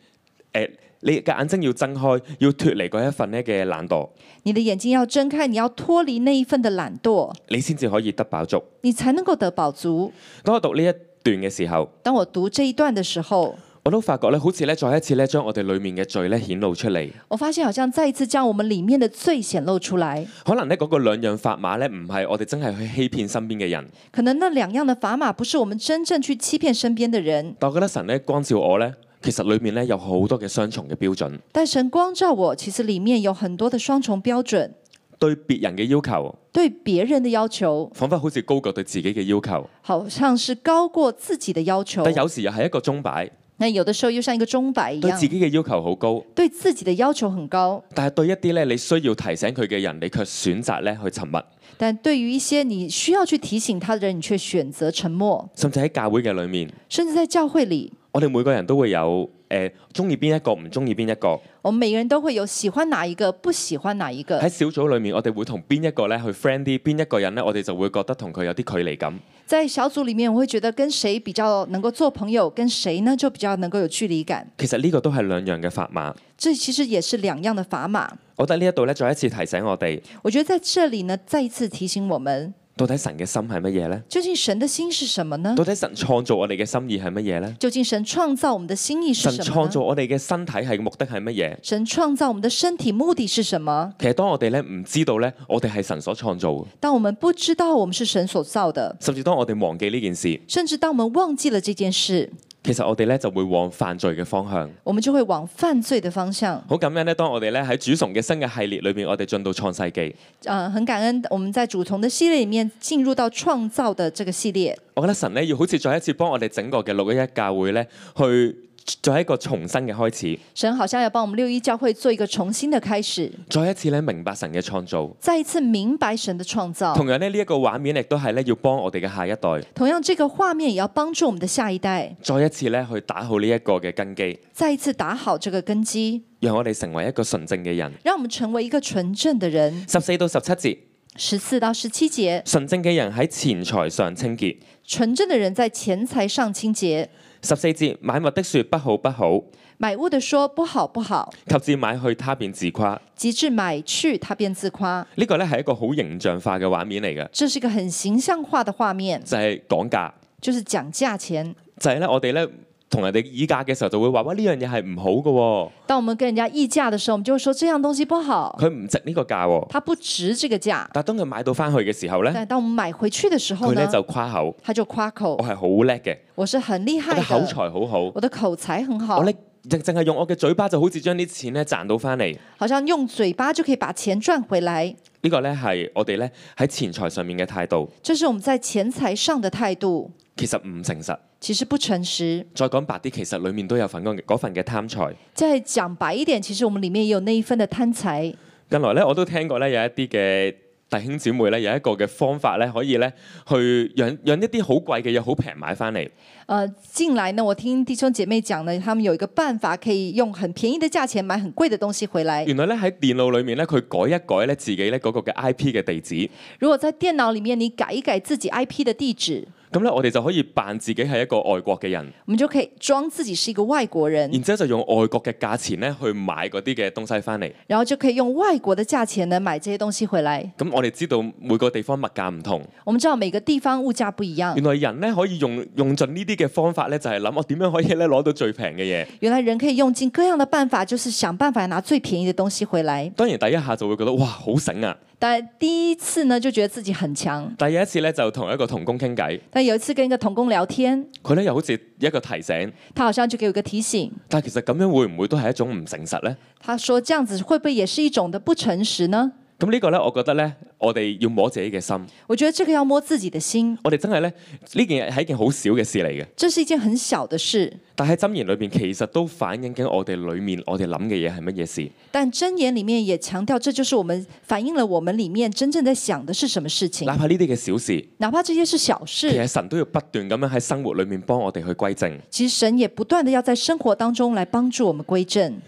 Speaker 2: 呃你嘅眼睛要睜開，要脱離嗰一份咧嘅懶惰，
Speaker 3: 你的眼睛要睜開，你要脫離那一份的懶惰，
Speaker 2: 你先至可以得飽足。
Speaker 3: 你才能夠得飽足。
Speaker 2: 當我讀呢一段嘅時候，
Speaker 3: 當我讀這一段的時候，
Speaker 2: 我都發覺咧，好似咧再一次咧將我哋裡面嘅罪咧顯露出嚟。
Speaker 3: 我發現好像再一次將我們裡面的罪顯露出來。
Speaker 2: 可能咧嗰個兩樣法碼咧，唔係我哋真係去欺騙身邊嘅人，
Speaker 3: 可能那兩樣的砝碼不是我們真正去欺騙身邊的人，
Speaker 2: 但我覺得神咧光照我咧，其實裡面咧有好多嘅雙重嘅標準，
Speaker 3: 但神光照我，其實裡面有很多的雙重標準，
Speaker 2: 對別人嘅要求，
Speaker 3: 對別人的要求
Speaker 2: 彷彿好似高過對自己嘅要求，
Speaker 3: 好像是高過自己的要求
Speaker 2: 但，有時又係一個鐘擺，
Speaker 3: 那有的時候又像一個鐘擺一
Speaker 2: 對自
Speaker 3: 樣，
Speaker 2: 己嘅要求好高，
Speaker 3: 對自己的要求很高，
Speaker 2: 但係對一啲咧你需要提醒佢嘅人，你卻選擇咧去沉默，
Speaker 3: 但對於一些你需要去提醒他的人，你卻選擇沉默，
Speaker 2: 甚至喺教會嘅裡面，
Speaker 3: 甚至在教會裡，
Speaker 2: 我哋每個人都會有誒中意邊一個，唔中意邊一個。
Speaker 3: 我們每個人都會有喜歡哪一個，不喜歡哪一個
Speaker 2: 喺。小組裏面，我哋會同邊一個咧去 friend 啲，邊一個人咧，我哋就會覺得同佢有啲距離感。
Speaker 3: 在小組裡面，我會覺得跟誰比較能夠做朋友，跟誰呢就比較能夠有距離感。
Speaker 2: 其實呢個都係兩樣嘅法碼。
Speaker 3: 这其實也是兩樣的砝碼。
Speaker 2: 我覺得呢一度咧，再一次提醒我哋，
Speaker 3: 我覺得在這裡呢，再一次提醒我們，
Speaker 2: 到底神嘅心係乜嘢呢？
Speaker 3: 究竟神的心是什麼呢？
Speaker 2: 到底神創造我哋嘅心意係乜嘢呢？
Speaker 3: 究竟神創造我們的心意是
Speaker 2: 神
Speaker 3: 什麼
Speaker 2: 創造
Speaker 3: 呢？
Speaker 2: 我哋嘅身體係目的係乜嘢？
Speaker 3: 神創造我們的身體目的是什麼？
Speaker 2: 其實當我哋咧唔知道咧，我哋係神所創造嘅，
Speaker 3: 當我們不知道我們是神所造的，
Speaker 2: 甚至當我哋忘記呢件事，
Speaker 3: 甚至當我們忘記了這件事，
Speaker 2: 其實我哋咧就會往犯罪嘅方向。
Speaker 3: 我们就会往犯罪的方向。
Speaker 2: 好感恩咧，當我哋咧喺主崇嘅新嘅系列裏面，我哋進到創世記。
Speaker 3: 呃，很感恩我们在主从的系列里面进入到创造的这个系列。
Speaker 2: 我覺得神咧要好似再一次幫我哋整個嘅六一一教會咧，去再一個重新嘅開始，
Speaker 3: 神好像要帮我们六一教会做一个重新的开始，
Speaker 2: 再一次咧明白神嘅創造。
Speaker 3: 再一次明白神的创造。
Speaker 2: 同樣咧呢一個畫面亦都係咧要幫我哋嘅下一代，
Speaker 3: 同样，这个画面也要帮助我们的下一代，
Speaker 2: 再一次咧去打好呢一個嘅根基，
Speaker 3: 再一次打好这个根基，
Speaker 2: 讓我哋成為一個純正嘅人。
Speaker 3: 让我们成为一个纯正的人。
Speaker 2: 十四到十七節，
Speaker 3: 十四到十七节，
Speaker 2: 純正嘅人喺錢財上清潔。
Speaker 3: 纯正的人在钱财上清洁，
Speaker 2: 十四節買物的說不好不好，
Speaker 3: 买物的说不好不好，
Speaker 2: 及至買去他便自誇。
Speaker 3: 及至买去他便自夸。
Speaker 2: 呢個咧係一個好形象化嘅畫面嚟嘅，
Speaker 3: 这是一个很形象化的画面，
Speaker 2: 就係講價，
Speaker 3: 就是讲价钱。
Speaker 2: 就係咧我哋咧同人哋議價嘅時候就會話哇呢樣嘢係唔好嘅喎，
Speaker 3: 当我们跟人家议价的时候，我们就会说这样东西不好，
Speaker 2: 佢唔值呢個價喎。
Speaker 3: 它不值这个价。
Speaker 2: 但當佢買到翻去嘅時候咧，
Speaker 3: 但当我们买回去的时候
Speaker 2: 佢咧
Speaker 3: 呢，
Speaker 2: 就誇口，
Speaker 3: 他就夸口
Speaker 2: 我係好叻嘅，
Speaker 3: 我是很厉
Speaker 2: 哦我
Speaker 3: 害
Speaker 2: 嘅口
Speaker 3: 的，
Speaker 2: 才好哦好，
Speaker 3: 我的口才很好
Speaker 2: 我，咧淨淨係用我嘅嘴巴就好似將啲錢咧賺到翻嚟。
Speaker 3: 好像用嘴巴就可以把钱赚回来。
Speaker 2: 呢個咧係我哋咧喺錢財上面嘅態度，
Speaker 3: 这是我们在钱财上的态度，
Speaker 2: 其實唔誠實。
Speaker 3: 其实不诚实。
Speaker 2: 再講白啲，其實裡面都有份嗰嗰份嘅貪財。
Speaker 3: 再讲白一点，其实我们里面也有那一份的贪财。
Speaker 2: 近來咧，我都聽過咧有一啲嘅弟兄姊妹咧有一個嘅方法咧，可以咧去讓讓一啲好貴嘅嘢好平買翻嚟。
Speaker 3: 呃，近来呢，我听弟兄姐妹讲呢，他们有一个办法，可以用很便宜的价錢买很贵的东西回来。
Speaker 2: 原來咧喺電腦裡面咧，佢改一改咧自己咧嗰個嘅 I P 嘅地址，
Speaker 3: 如果在电脑里面你改一改自己 IP 的地址，
Speaker 2: 咁咧我哋就可以扮自己係一個外國嘅人，
Speaker 3: 我们就可以装自己是一个外国人，
Speaker 2: 然之後就用外國嘅價錢咧去買嗰啲嘅東西翻嚟。
Speaker 3: 然后就可以用外国的价钱呢买这些东西回来。
Speaker 2: 咁我哋知道每個地方物價唔同，
Speaker 3: 我们知道每个地方物价不一样
Speaker 2: 原，來人咧可以用用盡呢啲嘅方法咧，就係諗我點樣可以咧攞到最平嘅嘢。
Speaker 3: 原来人可以用尽各样的办法，就是想办法拿最便宜的东西回来。
Speaker 2: 當然第一下就會覺得哇好醒啊！
Speaker 3: 但第一次呢，就觉得自己很强。
Speaker 2: 第一次咧就同一個童工傾偈。
Speaker 3: 但有一次跟一个童工聊天，
Speaker 2: 佢咧又好似一個提醒，
Speaker 3: 他好像就给我一个提醒，
Speaker 2: 但係其實咁樣會唔會都係一種唔誠實呢？
Speaker 3: 他说这样子会不会也是一种的不诚实呢？
Speaker 2: 咁呢個呢，我覺得呢，我哋要摸自己嘅心，
Speaker 3: 我觉得这个要摸自己的心，
Speaker 2: 我哋真係呢，呢件係一件好小嘅事嚟嘅，
Speaker 3: 这是一件很小的事，
Speaker 2: 但喺箴言裏邊其實都反映緊我哋裡面我哋諗嘅嘢係乜嘢事。
Speaker 3: 但箴言里面也强调，这就是我们反映了我们里面真正在想的是什么事情
Speaker 2: 哪。怕呢啲嘅小事，
Speaker 3: 哪怕这些是小
Speaker 2: 其
Speaker 3: 事，
Speaker 2: 實神都要不斷咁樣喺生活裏面幫我哋去歸正。
Speaker 3: 其实神也不断的要在生活當中来幫助我们歸正。
Speaker 2: 誒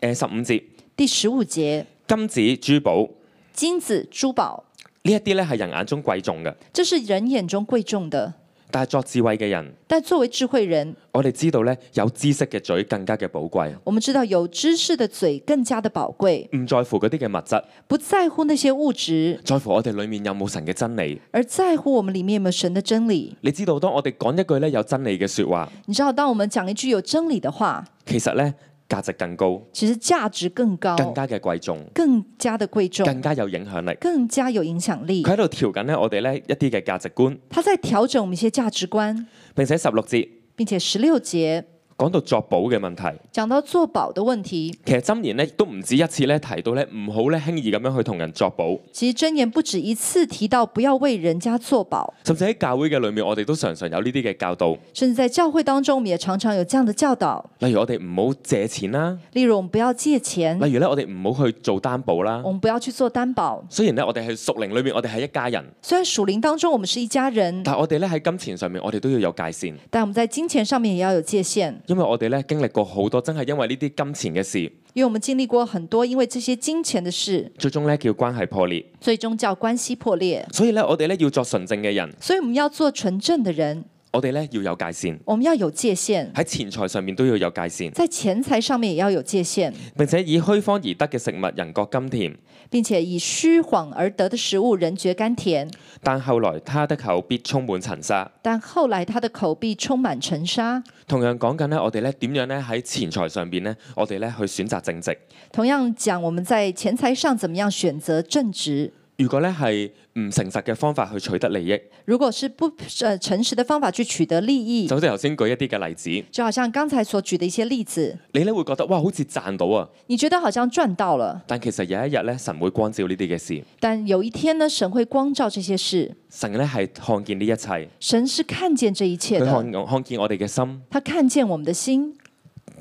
Speaker 2: 呃十五節，
Speaker 3: 第十五节，
Speaker 2: 金子珠寶
Speaker 3: 金子珠寶，
Speaker 2: 呢一啲呢係人眼中貴重嘅，
Speaker 3: 这是人眼中貴重的，
Speaker 2: 但係作智慧嘅人，
Speaker 3: 但作為智慧人，
Speaker 2: 我哋知道呢，有知識嘅嘴更加嘅寶貴，
Speaker 3: 我們知道有知識的嘴更加的寶貴，
Speaker 2: 唔在乎嗰啲嘅物質。
Speaker 3: 不在乎那些物質，
Speaker 2: 在乎我哋裏面有冇神嘅真理。
Speaker 3: 而在乎我們里面有没有神的真理。
Speaker 2: 你知道，當我哋講一句咧有真理嘅说話，
Speaker 3: 你知道，當我們講一句有真理的話，
Speaker 2: 其實咧價值更高，
Speaker 3: 其實價值更高，
Speaker 2: 更加嘅貴重，
Speaker 3: 更加的貴
Speaker 2: 更
Speaker 3: 重，
Speaker 2: 加有影響力。
Speaker 3: 更加有影響力。
Speaker 2: 佢喺度調緊咧我哋咧一啲嘅價值觀，
Speaker 3: 他在調整我們一些價值觀，
Speaker 2: 並且十六節
Speaker 3: 並且十六节
Speaker 2: 講到作保嘅問題。
Speaker 3: 講到作保的問題。
Speaker 2: 其實箴言咧亦都唔止一次咧提到咧唔好咧輕易咁樣去同人作保，
Speaker 3: 其实箴言不止一次提到不要为人家作保，
Speaker 2: 甚至喺教會嘅裏面，我哋都常常有呢啲嘅教導，
Speaker 3: 甚至在教会当中，我们也常常有这样的教导，
Speaker 2: 例如我哋唔好借錢啦，
Speaker 3: 例如我们不要借钱，
Speaker 2: 例如咧我哋唔好去做擔保啦
Speaker 3: 我。们不要去做担保。
Speaker 2: 雖然咧我哋係屬靈裏面，我哋係一家人，
Speaker 3: 虽然属灵当中我们是一家人，
Speaker 2: 但係我哋咧喺金錢上面，我哋都要有界線。
Speaker 3: 但我们在金钱上面也要有界限，
Speaker 2: 因為我哋咧經歷過好多真係因為呢啲金錢嘅事，
Speaker 3: 因为我们经历过很多因为这些金钱的事，
Speaker 2: 最終咧叫關係破裂。
Speaker 3: 最终叫关系破裂。
Speaker 2: 所以咧，我哋咧要作純正嘅人，
Speaker 3: 所以我们要做纯正的人，
Speaker 2: 我哋咧要有界線，
Speaker 3: 我们要有界限，
Speaker 2: 喺錢財上面都要有界線。
Speaker 3: 在钱财上面也要有界限，
Speaker 2: 並且以虛方而得嘅食物，人覺甘甜，
Speaker 3: 并且以虚谎而得的食物人觉甘甜，
Speaker 2: 但後來他的口必充滿塵沙。
Speaker 3: 但后来他的口必充满尘沙。
Speaker 2: 同樣講緊咧，我哋咧點樣咧喺錢財上邊咧，我哋咧去選擇正直，
Speaker 3: 同样讲，我们在钱财上怎么样选择正直，
Speaker 2: 如果咧係唔誠實嘅方法去取得利益，
Speaker 3: 如果是不呃诚实的方法去取得利益
Speaker 2: 就，好似頭先舉一啲嘅例子，
Speaker 3: 就好像刚才所举的一些例子，
Speaker 2: 你咧會覺得哇，好似賺到啊！
Speaker 3: 你觉得好像赚到了，
Speaker 2: 但其實有一日咧，神會光照呢啲嘅事，
Speaker 3: 但有一天呢，神会光照这些事，
Speaker 2: 神咧係看見呢一切，
Speaker 3: 神是看见这一切
Speaker 2: 佢
Speaker 3: 的，
Speaker 2: 看看見我哋嘅心，
Speaker 3: 他看见我们的心，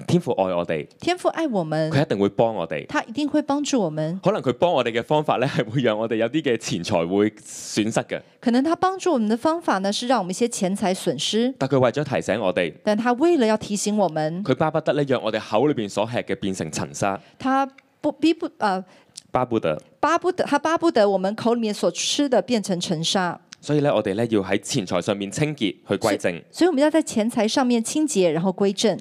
Speaker 2: 天父愛我哋，
Speaker 3: 天父爱我们，
Speaker 2: 佢一定會幫我哋。
Speaker 3: 他一定会帮助我们。
Speaker 2: 可能佢幫我哋嘅方法咧，係會讓我哋有啲嘅錢財會損失嘅，
Speaker 3: 可能他帮助我们的方法呢，是让我们一些钱财损失，
Speaker 2: 但佢為咗提醒我哋，
Speaker 3: 但他为了要提醒我们，
Speaker 2: 佢巴不得咧，讓我哋口裏邊所吃嘅變成塵沙，
Speaker 3: 他不逼不呃
Speaker 2: 巴不得。
Speaker 3: 巴不得他巴不得我们口里面所吃的变成尘沙，
Speaker 2: 所以咧，我哋咧要喺錢財上面清潔去歸正。
Speaker 3: 所以我们要在钱财上面清洁，然后归正。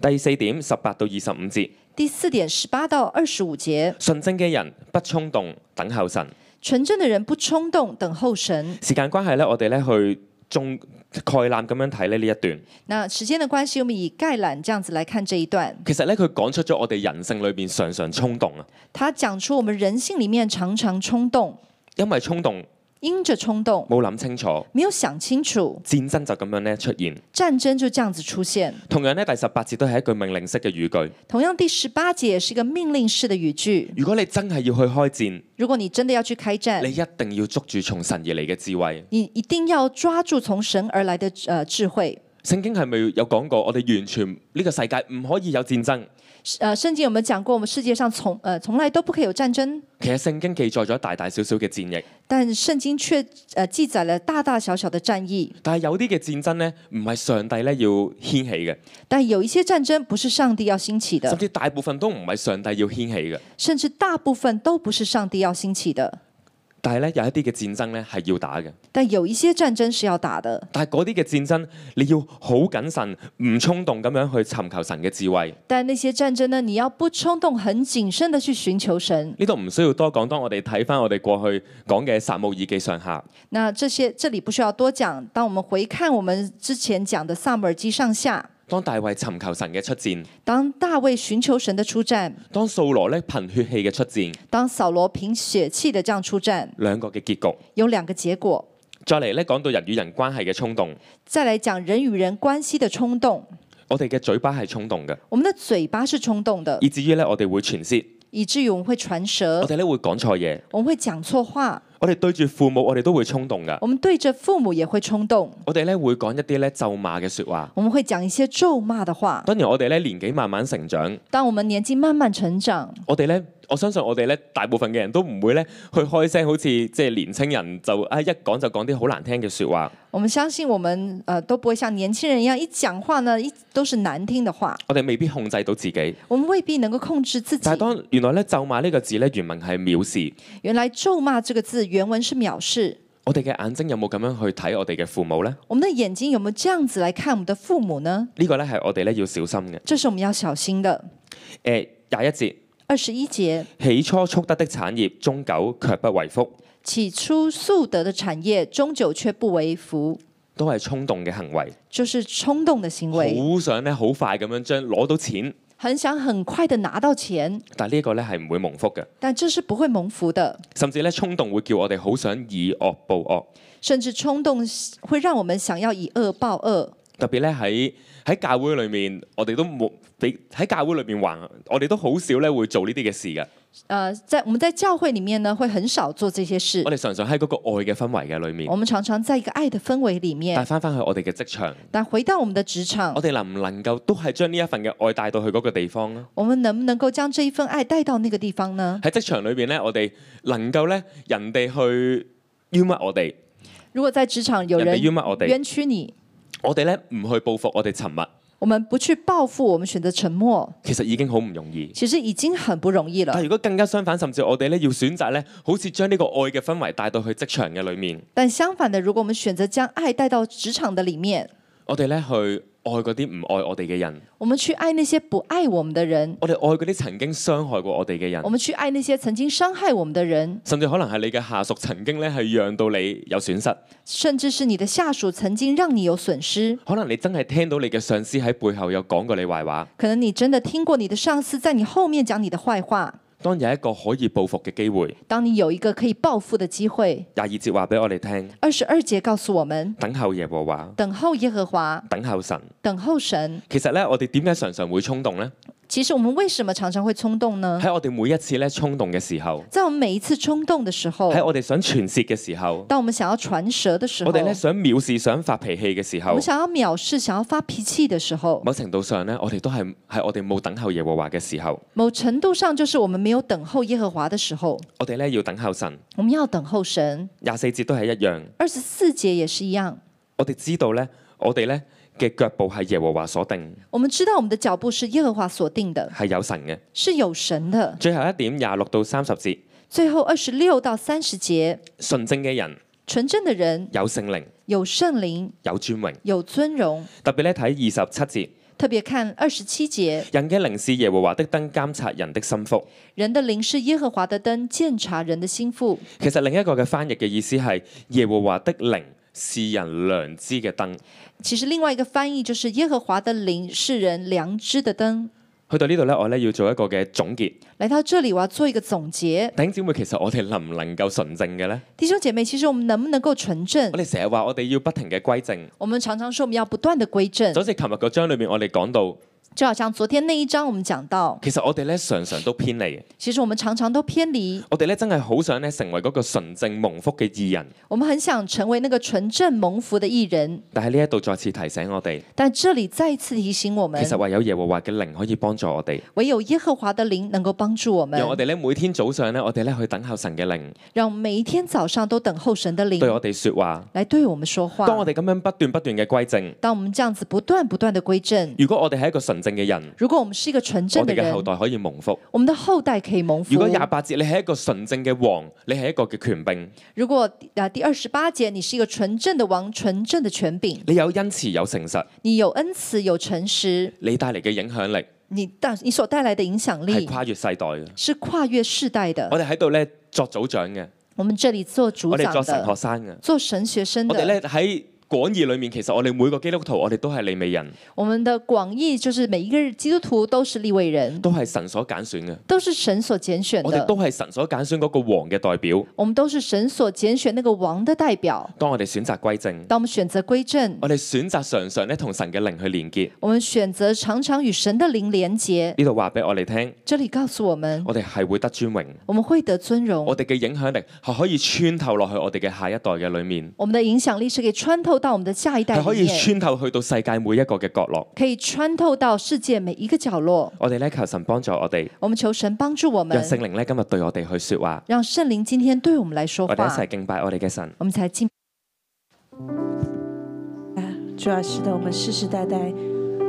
Speaker 2: 第四點，十八到二十五節，
Speaker 3: 第四点，十八到二十五节，
Speaker 2: 純正嘅人不衝動，等候神。
Speaker 3: 纯正的人不冲动，等候神。
Speaker 2: 時間關係咧，我哋咧去中概覽咁樣睇呢呢一段。
Speaker 3: 那时间的关系，我们以概览这样子来看这一段，
Speaker 2: 其實咧，佢講出咗我哋人性裏邊常常衝動啊，
Speaker 3: 他讲出我们人性里面常常冲动，
Speaker 2: 因為衝動
Speaker 3: 因着冲动
Speaker 2: 冇諗清楚，
Speaker 3: 没有想清楚，
Speaker 2: 戰爭就咁樣咧出現。
Speaker 3: 战争就这样子出现。
Speaker 2: 同樣咧，第十八節都係一句命令式嘅語句。
Speaker 3: 同样，第十八节也是一个命令式的语句。
Speaker 2: 如果你真係要去開戰，
Speaker 3: 如果你真的要去开战
Speaker 2: 你，一定要捉住從神而嚟嘅智慧。
Speaker 3: 你一定要抓住从神而来的呃智慧。
Speaker 2: 聖經係咪有講過？我哋完全呢個世界唔可以有戰爭。
Speaker 3: 呃，圣经有没有讲过，我们世界上从呃从来都不可以有战争，
Speaker 2: 其實聖經記載咗大大小小嘅戰役，
Speaker 3: 但圣经却呃记載了大大小小的战役。
Speaker 2: 但係有啲嘅戰爭呢，唔係上帝咧要掀起嘅，
Speaker 3: 但有一些战争不是上帝要兴起
Speaker 2: 甚
Speaker 3: 的，
Speaker 2: 至大部分都唔係上帝要掀起嘅。
Speaker 3: 甚至大部分都不是上帝要兴起的。
Speaker 2: 但係咧有一啲嘅戰爭咧係要打嘅，
Speaker 3: 但有一些战争是要打的，
Speaker 2: 但係嗰啲嘅戰爭你要好謹慎，唔衝動咁樣去尋求神嘅智慧。
Speaker 3: 但那些战争呢，你要不冲动，很谨慎的去寻求神。
Speaker 2: 呢度唔需要多講，當我哋睇翻我哋過去講嘅撒母耳記上下，
Speaker 3: 那这些这里不需要多讲。当我们回看我们之前讲的萨姆耳记上下，
Speaker 2: 當大衛尋求神嘅出戰，
Speaker 3: 当大卫寻求神的出战，
Speaker 2: 當掃羅咧憑血氣嘅出戰，
Speaker 3: 当扫罗凭血气的这样出战，
Speaker 2: 兩個嘅結局。
Speaker 3: 有两个结果。
Speaker 2: 再嚟咧講到人與人關係嘅衝動，
Speaker 3: 再来讲人与人关系的冲动，
Speaker 2: 我哋嘅嘴巴係衝動嘅，
Speaker 3: 我们的嘴巴是冲动的，
Speaker 2: 以至於咧我哋會傳舌，
Speaker 3: 以至于我们会传
Speaker 2: 我
Speaker 3: 舌，
Speaker 2: 哋咧會講錯嘢，
Speaker 3: 我们会讲错话，
Speaker 2: 我哋對住父母我哋都會衝動㗎，
Speaker 3: 我们对着父母也会冲动，
Speaker 2: 我哋咧會講一啲咧咒罵嘅説話。
Speaker 3: 我们会讲一些咒罵的话。
Speaker 2: 當然我哋咧年紀慢慢成長，
Speaker 3: 当我们年纪慢慢成长，
Speaker 2: 我哋咧我相信我哋咧大部分嘅人都唔會咧去開聲，好似即係年青人就啊一講就講啲好難聽嘅説話。
Speaker 3: 我们相信我们呃都不会像年轻人一样，一讲话呢一都是难听的话，
Speaker 2: 我哋未必控制到自己，
Speaker 3: 我们未必能够控制自己
Speaker 2: 但係。當原來咧咒罵呢個字咧原文係藐視，
Speaker 3: 原来咒骂这个字原文是藐视，
Speaker 2: 我哋嘅眼睛有冇咁樣去睇我哋嘅父母呢？
Speaker 3: 我们的眼睛有没有这样子来看我们的父母呢？
Speaker 2: 呢、個咧係我哋咧要小心嘅。
Speaker 3: 这是我们要小心的。
Speaker 2: 誒廿一節，
Speaker 3: 二十一节，
Speaker 2: 起初速得的產業，終久卻不為福，
Speaker 3: 起初素德的产业，终究却不为福，
Speaker 2: 都係衝動嘅行為，
Speaker 3: 就是冲动的行为，
Speaker 2: 好想咧好快咁樣將攞到錢，
Speaker 3: 很想很快的拿到钱，
Speaker 2: 但係呢一個咧係唔會蒙福嘅，
Speaker 3: 但这是不会蒙福的。
Speaker 2: 甚至咧衝動會叫我哋好想以惡報惡，
Speaker 3: 甚至冲动会让我们想要以恶报恶，
Speaker 2: 特別咧喺喺教會裏面，我哋都冇俾喺教會裏面還，我哋都好少咧會做呢啲嘅事嘅，
Speaker 3: 呃，在我们在教会里面呢，会很少做这些事
Speaker 2: 我。哋常常喺嗰個愛嘅氛圍嘅裏面
Speaker 3: 我。们常常在一个爱的氛围里
Speaker 2: 但
Speaker 3: 面，
Speaker 2: 翻翻去我哋嘅職場，
Speaker 3: 但回到我们的职场
Speaker 2: 我，哋能唔能夠都係將呢一份嘅愛帶到去嗰個地方呢？
Speaker 3: 我们能不能够将这一份爱带到那个地方呢？
Speaker 2: 喺職場裏邊咧，我哋能夠咧人哋去冤屈我哋，
Speaker 3: 如果在职场有
Speaker 2: 人哋
Speaker 3: 人
Speaker 2: 冤屈我哋，
Speaker 3: 冤屈你，
Speaker 2: 我哋咧唔去報復，我哋沉默，
Speaker 3: 我們不去報復，我們選擇沉默，
Speaker 2: 其實已經好唔容易。
Speaker 3: 其實已經很不容易
Speaker 2: 但
Speaker 3: 了。
Speaker 2: 如果更加相反，甚至我哋咧要選擇咧，好似將呢個愛嘅氛圍帶到去職場嘅裏面，
Speaker 3: 但相反的，如果我們選擇將愛帶到職場的里面，
Speaker 2: 我哋咧去愛嗰啲唔愛我哋嘅人，
Speaker 3: 我們去愛那些不愛我們的人，
Speaker 2: 我哋愛嗰啲曾經傷害過我哋嘅人
Speaker 3: 我，們去愛那些曾經傷害我們的人，
Speaker 2: 甚至可能係你嘅下屬曾經咧係讓到你有損失，
Speaker 3: 甚至是你的下屬曾經讓你有損失。
Speaker 2: 可能你真係聽到你嘅上司喺背後有講過你壞話。
Speaker 3: 可能你真的聽過你的上司在你後面講你的壞話，
Speaker 2: 當有一個可以報復嘅機會，
Speaker 3: 当你有一个可以报复的机会，
Speaker 2: 廿二節話俾我哋聽：
Speaker 3: 二十二节告诉我们，
Speaker 2: 等候耶和華，
Speaker 3: 等候耶和华，
Speaker 2: 等候神。
Speaker 3: 等候神。
Speaker 2: 其實咧，我哋點解常常會衝動呢？
Speaker 3: 其实我们为什么常常会冲动呢？
Speaker 2: 喺我哋每一次咧衝動嘅時候，
Speaker 3: 在我们每一次冲动的时候，
Speaker 2: 喺我哋想傳泄嘅時候，
Speaker 3: 当我们想要传舌的时候，
Speaker 2: 我哋咧想藐視、想發脾氣嘅時
Speaker 3: 我
Speaker 2: 候
Speaker 3: 们，想要藐视、想要发脾气的时候，
Speaker 2: 某程度上咧，我哋都係喺我哋冇等候耶和華嘅時候，
Speaker 3: 某程度上就是我们没有等候耶和华的时候，
Speaker 2: 我哋咧要等候神。
Speaker 3: 我们要等候神。
Speaker 2: 廿四節都係一樣，
Speaker 3: 二十四节也是一样，
Speaker 2: 我哋知道咧，我哋咧嘅腳步係耶和華所定，
Speaker 3: 我们知道我们的脚步是耶和华所定的，
Speaker 2: 係有神嘅。
Speaker 3: 是有神的。
Speaker 2: 最後一點，廿六到三十節，
Speaker 3: 最后二十六到三十节，
Speaker 2: 純正嘅人
Speaker 3: 纯正的人
Speaker 2: 有聖靈，
Speaker 3: 有圣灵，
Speaker 2: 有尊榮。
Speaker 3: 有尊荣。
Speaker 2: 特別咧睇二十七節，
Speaker 3: 特别看二十七节，
Speaker 2: 人嘅靈是耶和華的燈，監察人的心腹。
Speaker 3: 人的灵是耶和华的灯，鉴察人的心腹。
Speaker 2: 其實另一個嘅翻譯嘅意思係耶和華的靈是人良知嘅燈。
Speaker 3: 其实另外一个翻译就是耶和华的灵是人良知的灯。
Speaker 2: 去到呢度咧，我咧要做一個嘅總結。
Speaker 3: 来到这里，我要做一个总结，
Speaker 2: 弟兄姊妹，其實我哋能唔能夠純正嘅咧？
Speaker 3: 弟兄姐妹，其实我们能不能够纯正
Speaker 2: 我？哋成日話我哋要不停嘅歸正，
Speaker 3: 我们常常说我们要不断的归正
Speaker 2: 就，好似琴日嗰章裏面我哋講到，
Speaker 3: 就好像昨天那一章我们讲到，
Speaker 2: 其實我哋咧常常都偏離，
Speaker 3: 其实我们常常都偏离，
Speaker 2: 我哋咧真係好想咧成為嗰個純正蒙福嘅義人，
Speaker 3: 我们很想成为那个纯正蒙福的艺人，
Speaker 2: 但係呢一度再次提醒我哋，
Speaker 3: 但这里再次提醒我们
Speaker 2: 其，實唯有耶和華嘅靈可以幫助我哋，
Speaker 3: 唯有耶和华的灵能够帮助我们
Speaker 2: 讓，我哋咧每天早上咧，我哋咧去等候神嘅靈
Speaker 3: 让我们每一天早上都等候神的灵
Speaker 2: 對我哋說話。
Speaker 3: 来啊对我们说话。
Speaker 2: 當我哋咁樣不斷不斷嘅歸正，
Speaker 3: 当我们這樣子不断不断的归正，
Speaker 2: 如果我哋係一個純正嘅人，
Speaker 3: 如果我们是一个纯正
Speaker 2: 我
Speaker 3: 的
Speaker 2: 哋嘅
Speaker 3: 人，
Speaker 2: 後代可以蒙福。
Speaker 3: 我们的后代可以蒙福。
Speaker 2: 如果廿八節你係一個純正嘅王，你係一個嘅權柄，
Speaker 3: 如果啊第二十八节，你是一个纯正的王，纯正的权柄，
Speaker 2: 你有恩慈有誠實，
Speaker 3: 你有恩慈，有诚实，
Speaker 2: 你帶嚟嘅影響力
Speaker 3: 你但你所带来的影响
Speaker 2: 係
Speaker 3: 力
Speaker 2: 跨越世代嘅。
Speaker 3: 是跨越世代的。
Speaker 2: 我哋喺度咧作組長嘅，
Speaker 3: 我们这里做组
Speaker 2: 我哋
Speaker 3: 长
Speaker 2: 作神學
Speaker 3: 的，
Speaker 2: 生嘅，
Speaker 3: 做神学生
Speaker 2: 我哋
Speaker 3: 的，
Speaker 2: 咧喺廣義裏面，其實我哋每個基督徒，我哋都係利美人，
Speaker 3: 我们的广义就是每一个基督徒都是立位人，
Speaker 2: 都係神所揀選嘅，
Speaker 3: 都是神所拣选
Speaker 2: 我哋
Speaker 3: 的
Speaker 2: 都。係神所揀選嗰個王嘅代表。
Speaker 3: 我们都是神所拣选那个王的代表。
Speaker 2: 當我哋選擇歸正，
Speaker 3: 当我们选择归正，
Speaker 2: 我哋選擇常常咧同神嘅靈去連結。
Speaker 3: 我们选择常常与神的灵连结。
Speaker 2: 呢度話俾我哋聽，
Speaker 3: 这里告诉我们，
Speaker 2: 我哋係會得尊榮，
Speaker 3: 我们会得尊
Speaker 2: 我
Speaker 3: 荣，
Speaker 2: 哋嘅影響力係可以穿透落去我哋嘅下一代嘅裏面，
Speaker 3: 我们的影响力是可以穿透到我们的下一代
Speaker 2: 係可
Speaker 3: 里
Speaker 2: 以
Speaker 3: 面，
Speaker 2: 穿透去到世界每一個嘅角落。
Speaker 3: 可以穿透到世界每一个角落。
Speaker 2: 我哋咧求神幫助我哋，
Speaker 3: 我们求神帮助我
Speaker 2: 讓
Speaker 3: 们，
Speaker 2: 聖靈咧今日對我哋去说話，
Speaker 3: 让圣灵今天对我们来说
Speaker 2: 我哋一
Speaker 3: 话
Speaker 2: 齊，敬拜我哋嘅神。
Speaker 3: 我们才进。
Speaker 4: 主啊，使得我们世世代代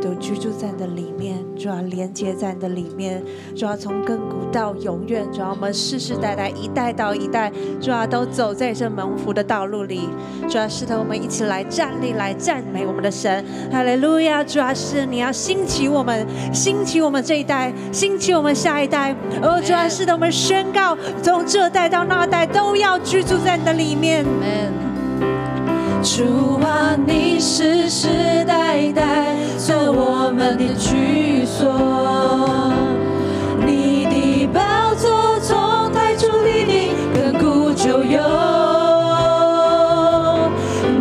Speaker 4: 都居住在你的里面，主啊，连接在你的里面，主啊，从亘古到永远，主啊，我们世世代代一代到一代，主啊，都走在这蒙福的道路里，主啊，使得我们一起来站立，来赞美我们的神，哈利路亚！主啊，是你要兴起我们，兴起我们这一代，兴起我们下一代，哦，主啊，是的，我们宣告，从这代到那代都要居住在你的里面。主啊，你世世代代做我们的居所，你的宝座从太初立定，亘古就有。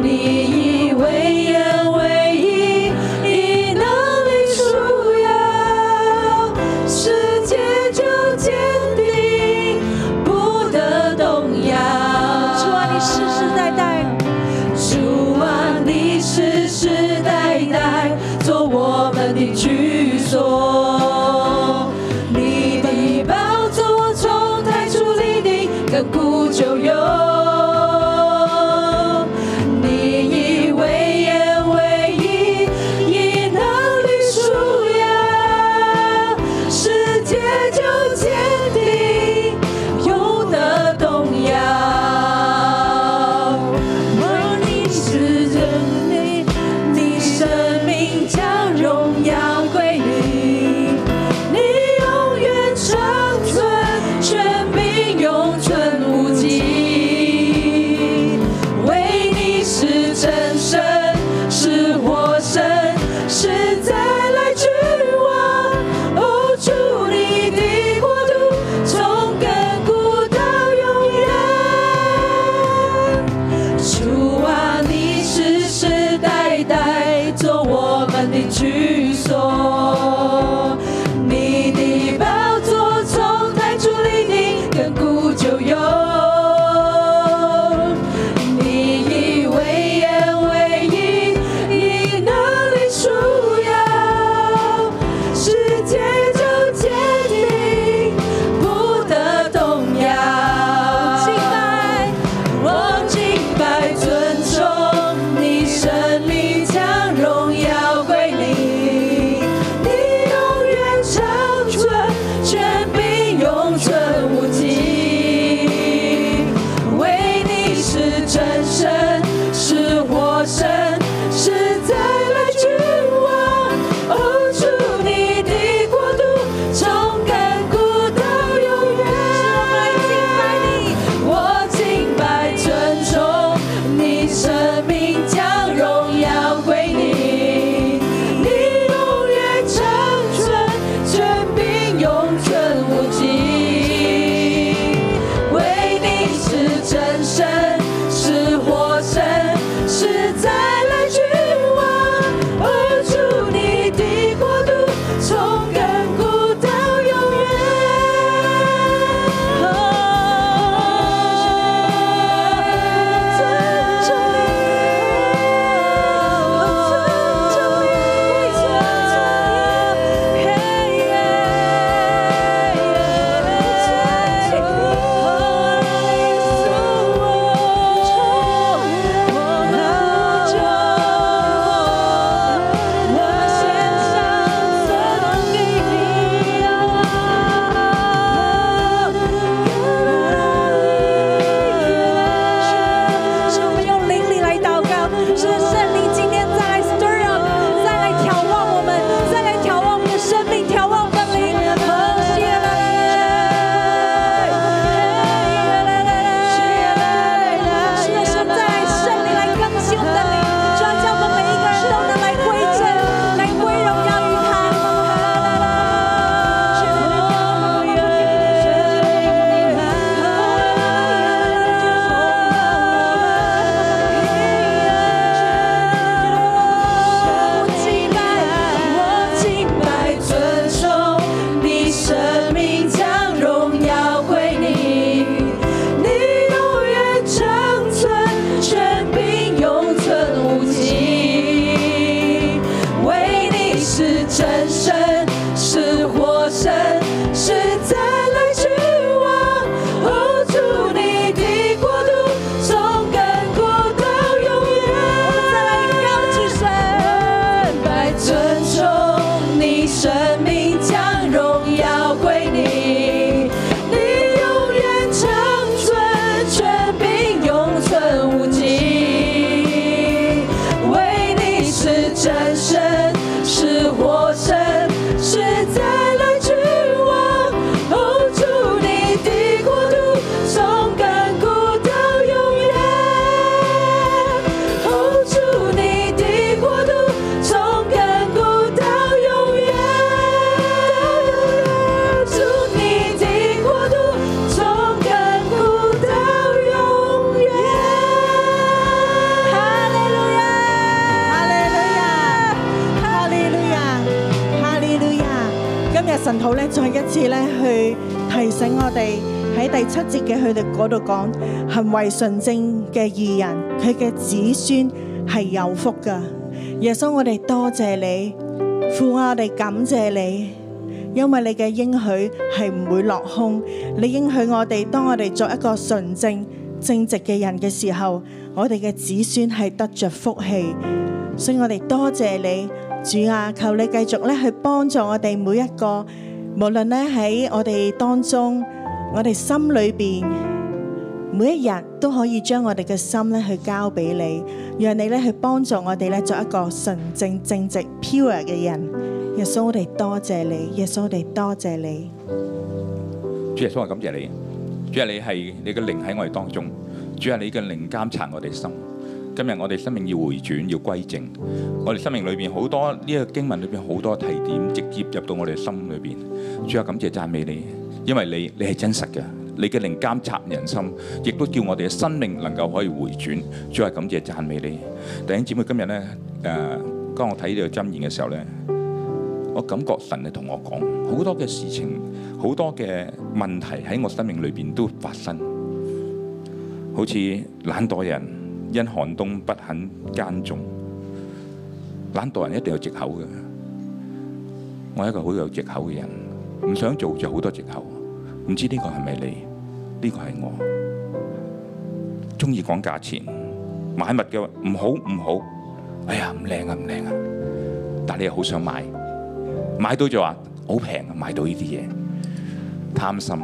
Speaker 4: 你以威严为衣，以能力束腰，世界就坚定，不得动摇。主啊，你世世代代。主啊，你世世代代做我们的居所。
Speaker 5: 哦
Speaker 6: 再一次咧去提醒我哋喺第七節嘅佢哋嗰度講，行為純正嘅義人，佢嘅子孫係有福噶。耶穌，我哋多謝你，父啊，我哋感謝你。因為你嘅應許係唔會落空，你應許我哋，當我哋作一個純正正直嘅人嘅時候，我哋嘅子孫係得着福氣。所以我哋多謝你，主啊，求你繼續咧去幫助我哋每一個，無論咧喺我哋當中，我哋心裏邊每一日都可以將我哋嘅心咧去交俾你，讓你咧去幫助我哋咧作一個純正正直 pure 嘅人。耶穌，我哋多謝你，耶穌，我哋多謝你。
Speaker 7: 主耶穌，我感謝你，主啊，你係你嘅靈喺我哋當中，主啊，你嘅靈監察我哋心。今日我哋生命要回轉，要歸正。我哋生命裏邊好多呢、個經文裏邊好多提點，直接入到我哋心裏邊。主啊，感謝讚美你，因為你你係真實嘅，你嘅靈監察人心，亦都叫我哋嘅生命能夠可以回轉。主啊，感謝讚美你。弟兄姊妹，今日呢，誒、當我睇呢個箴言嘅時候呢。我感覺神係同我講好多嘅事情，好多嘅問題喺我生命裏邊都發生，好似懶惰人因寒冬不肯耕種，懶惰人一定有藉口嘅。我係一個好有藉口嘅人，唔想做就好多藉口，唔知呢個係咪你？呢個係我，中意講價錢，買物嘅話唔好唔好，哎呀唔靚啊唔靚啊，但你又好想買。買到就話好平啊！買到呢啲嘢，貪心、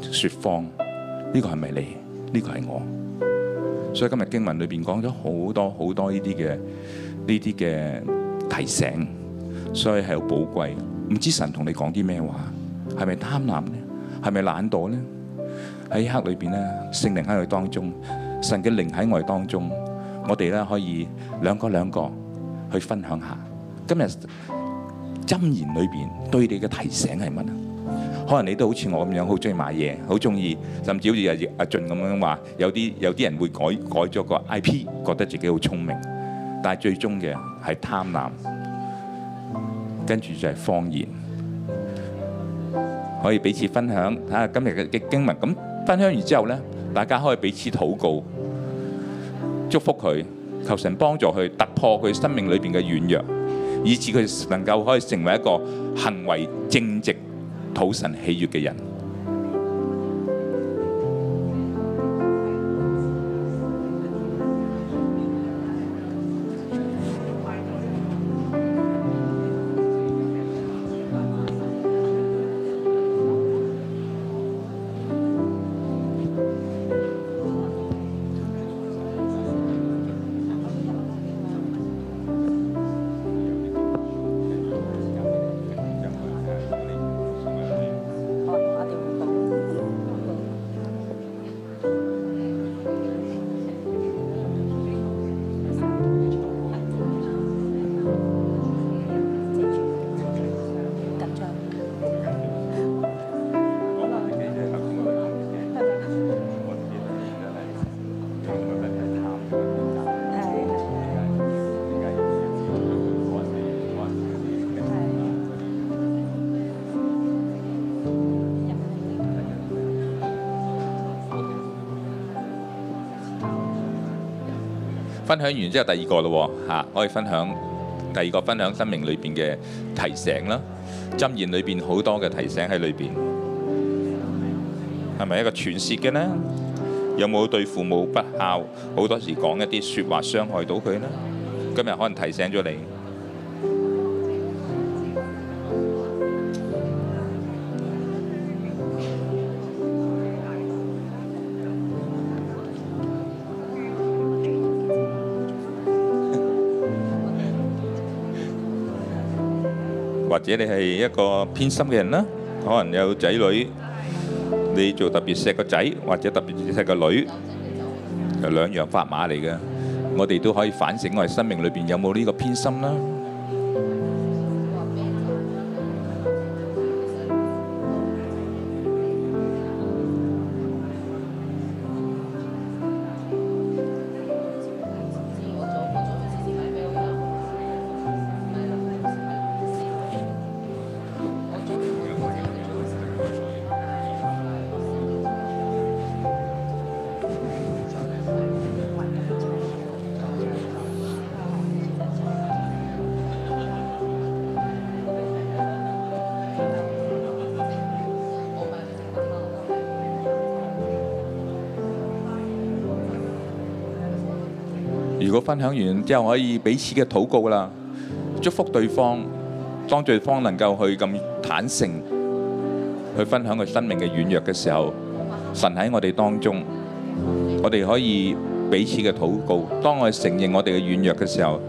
Speaker 7: 説謊，呢個係咪你？呢個係我。所以今日經文裏邊講咗好多好多呢啲嘅呢啲嘅提醒，所以係好寶貴。唔知神同你講啲咩話？係咪貪婪呢？係咪懶惰呢？喺黑裏邊呢，聖靈喺佢當中，神嘅靈喺我哋當中，我哋咧可以兩個兩個去分享下。今日箴言裏邊對你嘅提醒係乜啊？可能你都好似我咁樣，好中意買嘢，好中意，甚至好似阿阿俊咁樣話，有啲有啲人會改改咗個 IP，覺得自己好聰明，但係最終嘅係貪婪，跟住就係謊言。可以彼此分享，睇下今日嘅嘅經文。咁分享完之後呢，大家可以彼此禱告，祝福佢，求神幫助佢突破佢生命裏邊嘅軟弱。以致佢能夠可以成為一個行為正直、討神喜悅嘅人。分享完之後，第二個咯喎嚇，我哋分享第二個分享生命裏邊嘅提醒啦，箴言裏邊好多嘅提醒喺裏邊，係咪一個傳舌嘅呢？有冇對父母不孝？好多時講一啲説話傷害到佢呢？今日可能提醒咗你。或者你係一個偏心嘅人啦，可能有仔女，你做特別錫個仔，或者特別錫個女，就兩樣法碼嚟嘅。我哋都可以反省我哋生命裏邊有冇呢個偏心啦。如果分享完之後可以彼此嘅禱告啦，祝福對方，當對方能夠去咁坦誠去分享佢生命嘅軟弱嘅時候，神喺我哋當中，我哋可以彼此嘅禱告。當我哋承認我哋嘅軟弱嘅時候，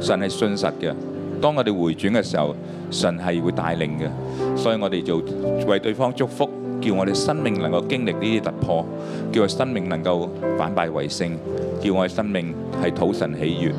Speaker 7: 神係信實嘅。當我哋回轉嘅時候，神係會帶領嘅。所以我哋就為對方祝福，叫我哋生命能夠經歷呢啲突破，叫我生命能夠反敗為勝，叫我哋生命係討神喜悅。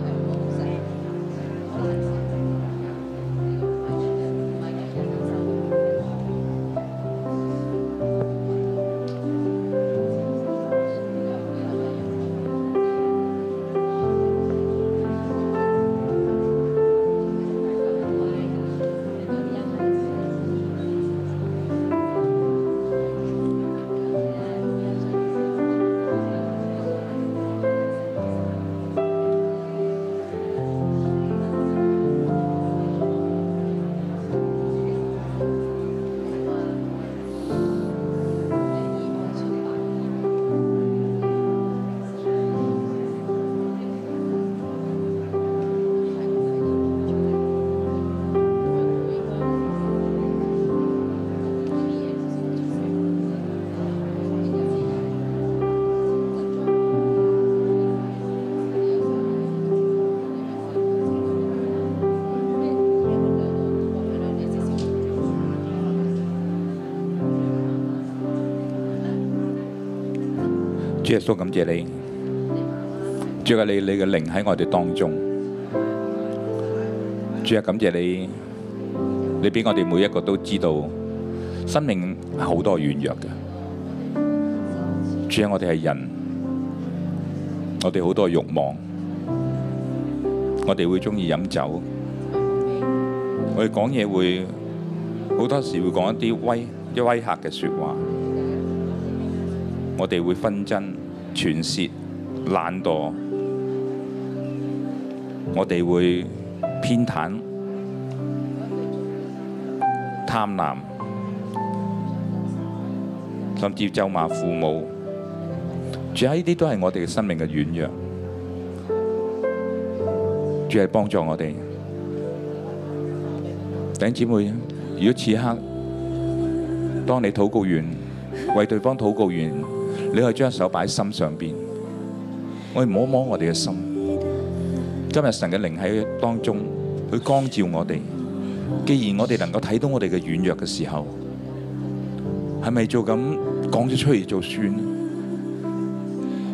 Speaker 7: 主耶穌，感謝你，主啊，你你嘅靈喺我哋當中，主啊，感謝你，你俾我哋每一個都知道，生命係好多軟弱嘅，主啊，我哋係人，我哋好多慾望，我哋會中意飲酒，我哋講嘢會好多時會講一啲威一威嚇嘅説話。我哋會紛爭、傳舌、懶惰，我哋會偏袒、貪婪，甚至咒罵父母。主啊喺呢啲都係我哋嘅生命嘅軟弱。主係啊幫助我哋，弟兄姊妹，如果此刻當你禱告完，為對方禱告完。你可以將手擺喺心上邊，我哋摸一摸我哋嘅心。今日神嘅靈喺當中去光照我哋。既然我哋能夠睇到我哋嘅軟弱嘅時候，係咪做咁講咗出嚟就算呢？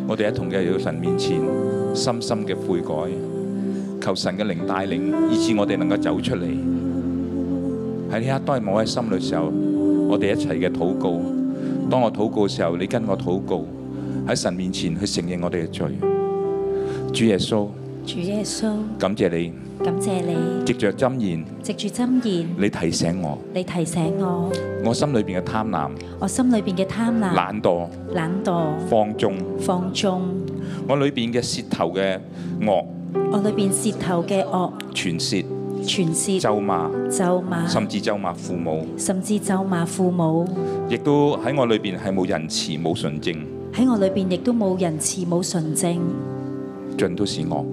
Speaker 7: 我哋一同嘅嚟到神面前，深深嘅悔改，求神嘅靈帶領，以致我哋能夠走出嚟。喺呢一刻，當係我喺心裏時候，我哋一齊嘅禱告。當我禱告嘅時候，你跟我禱告，喺神面前去承認我哋嘅罪。主耶穌，
Speaker 5: 主耶穌，
Speaker 7: 感謝你，
Speaker 5: 感謝你，
Speaker 7: 藉着箴言，
Speaker 5: 藉住箴言，
Speaker 7: 你提醒我，
Speaker 5: 你提醒我，
Speaker 7: 我心裏邊嘅貪婪、
Speaker 5: 我心裏邊嘅貪婪、
Speaker 7: 懶惰、
Speaker 5: 懶惰、
Speaker 7: 放縱，
Speaker 5: 放縱，
Speaker 7: 我裏邊嘅舌頭嘅惡、
Speaker 5: 我裏邊舌頭嘅惡、
Speaker 7: 傳舌、
Speaker 5: 傳舌、
Speaker 7: 咒罵，
Speaker 5: 咒罵，
Speaker 7: 甚至咒罵父母，
Speaker 5: 甚至咒罵父母，
Speaker 7: 亦都喺我裏邊係冇仁慈、冇純正，
Speaker 5: 喺我裏邊亦都冇仁慈冇純正。
Speaker 7: 盡都是惡。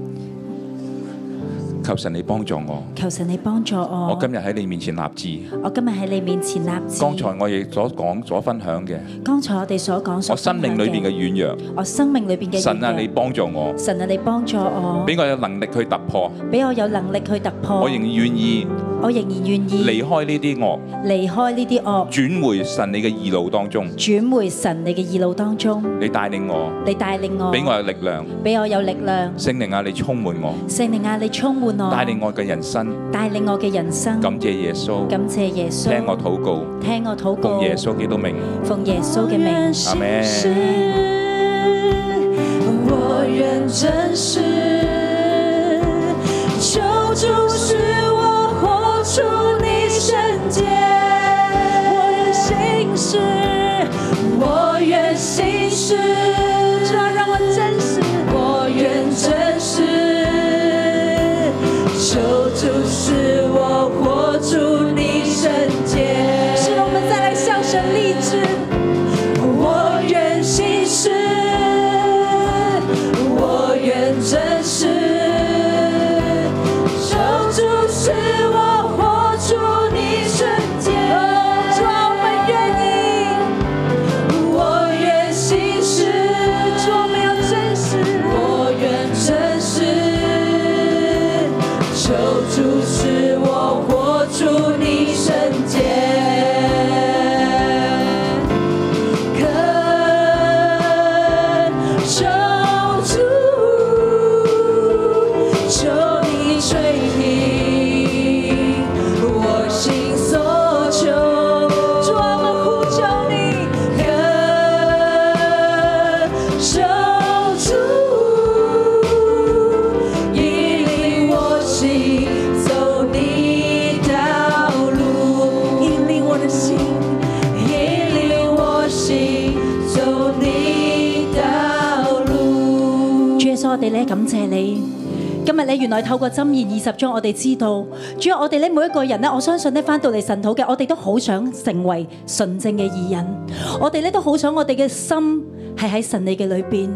Speaker 7: 求神你幫助我，
Speaker 5: 求神你幫助我
Speaker 7: 我，今日喺你面前立志。
Speaker 5: 我今日喺你面前哦立志。
Speaker 7: 剛才我亦所講、所分享嘅，
Speaker 5: 剛才我哋所講所
Speaker 7: 我生命裏邊
Speaker 5: 分
Speaker 7: 嘅
Speaker 5: 享
Speaker 7: 軟弱。
Speaker 5: 我生命裏邊嘅
Speaker 7: 神啊，
Speaker 5: 軟弱
Speaker 7: 你幫助我，
Speaker 5: 神啊，你幫助我，
Speaker 7: 俾我有能力去突破，
Speaker 5: 俾我有能力去突破。
Speaker 7: 我仍願意
Speaker 5: 我仍然願意
Speaker 7: 離開呢啲惡，
Speaker 5: 離開呢啲惡。
Speaker 7: 轉回神你嘅義路當中。
Speaker 5: 轉回神你嘅義路當中，
Speaker 7: 你帶領我，
Speaker 5: 你帶領我，
Speaker 7: 俾我有力量。
Speaker 5: 俾我有力量。
Speaker 7: 聖靈啊，你充滿我，
Speaker 5: 聖靈啊，你充滿我，
Speaker 7: 帶領我嘅人生。
Speaker 5: 帶領我嘅人生。
Speaker 7: 感謝耶穌，
Speaker 5: 感謝耶穌，
Speaker 7: 聽我禱告，
Speaker 5: 聽我禱告，
Speaker 7: 奉耶穌基督名，
Speaker 5: 奉耶穌嘅名。
Speaker 7: 阿門。
Speaker 4: 我愿真实，求主使我活出你圣洁，我愿心事，我愿心事，主啊，让我真实，我愿真实，求主使我活出你圣洁。是的，我们再来向神立志。我愿心事，我愿真实，
Speaker 5: 我哋咧感謝你。今日咧，原來透過箴言二十章，我哋知道，主啊要我哋咧每一個人咧，我相信咧翻到嚟神土嘅，我哋都好想成為純正嘅義人，我哋咧都好想我哋嘅心係喺神你嘅裏邊，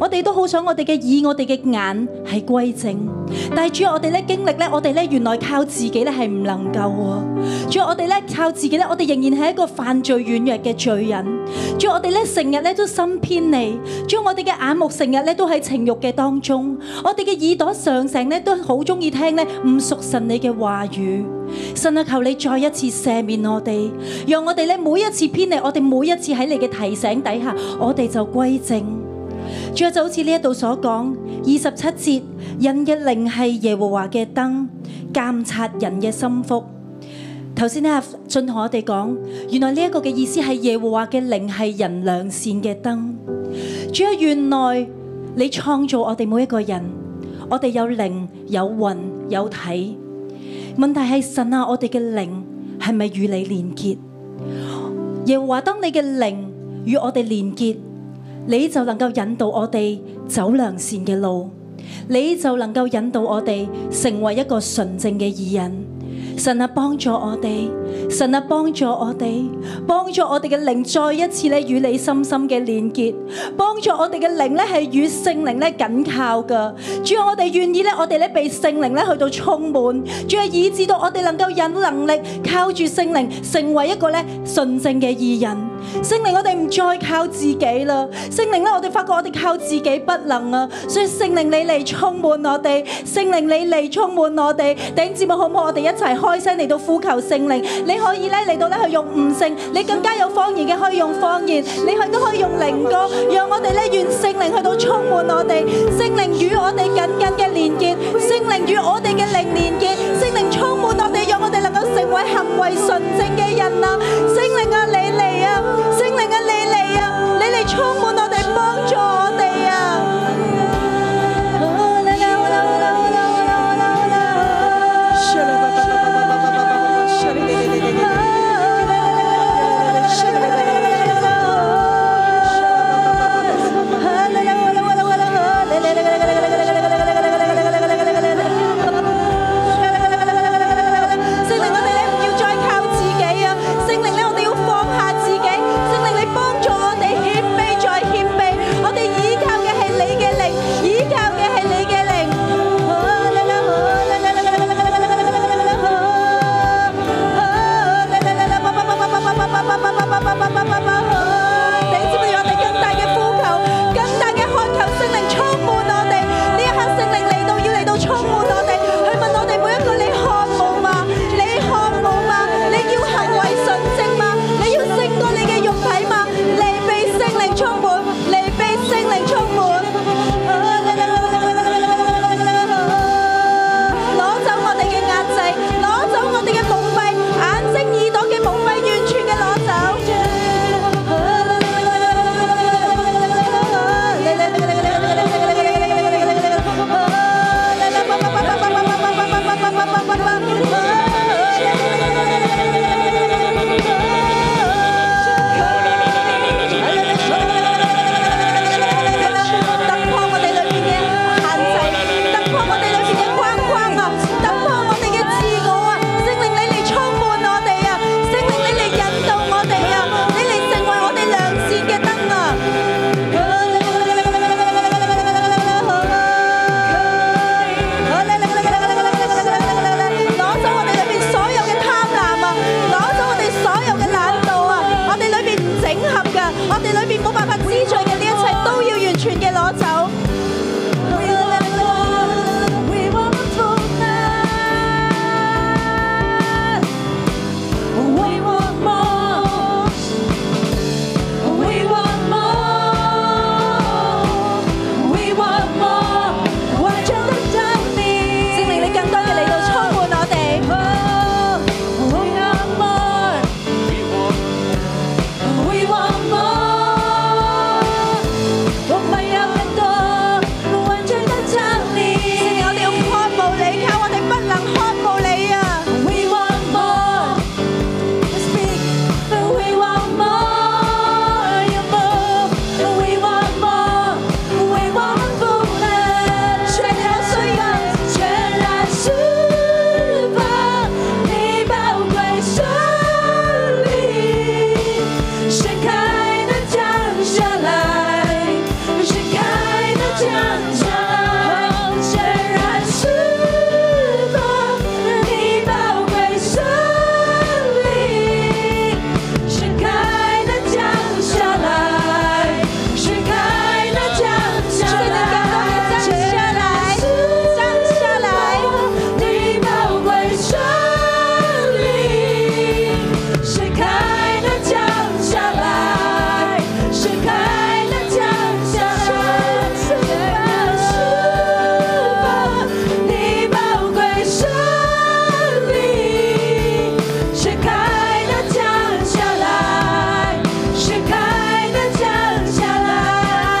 Speaker 5: 我哋都好想我哋嘅耳、我哋嘅眼係歸正。但係主啊要我哋咧經歷咧，我哋咧原來靠自己咧係唔能夠喎。主啊要我哋咧靠自己咧，我哋仍然係一個犯罪軟弱嘅罪人。主啊要我哋咧成日咧都心偏離，主啊要我哋嘅眼目成日咧都喺情欲嘅當中，我哋嘅耳朵上成咧都好中意聽咧唔屬神你嘅話語。神啊，求你再一次赦免我哋，讓我哋咧每一次偏離，我哋每一次喺你嘅提醒底下，我哋就歸正。仲有就好似呢一度所講，二十七節，人嘅靈係耶和華嘅燈，監察人嘅心腹。頭先咧，俊同我哋講，原來呢一個嘅意思係耶和華嘅靈係人良善嘅燈。主啊，原來你創造我哋每一個人，我哋有靈、有魂、有體。問題係神啊，我哋嘅靈係咪與你連結？耶和華，當你嘅靈與我哋連結。你就能夠引導我哋走良善嘅路，你就能夠引導我哋成為一個純正嘅義人。神啊，幫助我哋！神啊，幫助我哋！幫助我哋嘅靈再一次咧與你深深嘅連結，幫助我哋嘅靈咧係與聖靈咧緊靠噶。主啊，我哋願意咧，我哋咧被聖靈咧去到充滿，主啊，以致到我哋能夠有能力靠住聖靈成為一個咧純正嘅義人。聖靈，我哋唔再靠自己啦。聖靈咧，我哋發覺我哋靠自己不能啊，所以聖靈你嚟充滿我哋，聖靈你嚟充滿我哋。頂節目好唔好？我哋一齊開聲嚟到呼求聖靈。你可以咧嚟到咧去用悟性，你更加有方言嘅可以用方言，你去都可以用靈歌，讓我哋咧願聖靈去到充滿我哋，聖靈與我哋緊緊嘅連結，聖靈與我哋嘅靈連結，聖靈充滿我哋，讓我哋能夠成為行為純正嘅人啊！聖靈啊，你嚟啊！聖靈啊，你嚟啊！你嚟充滿我哋，幫助我哋啊！聖靈，我哋咧唔要再靠自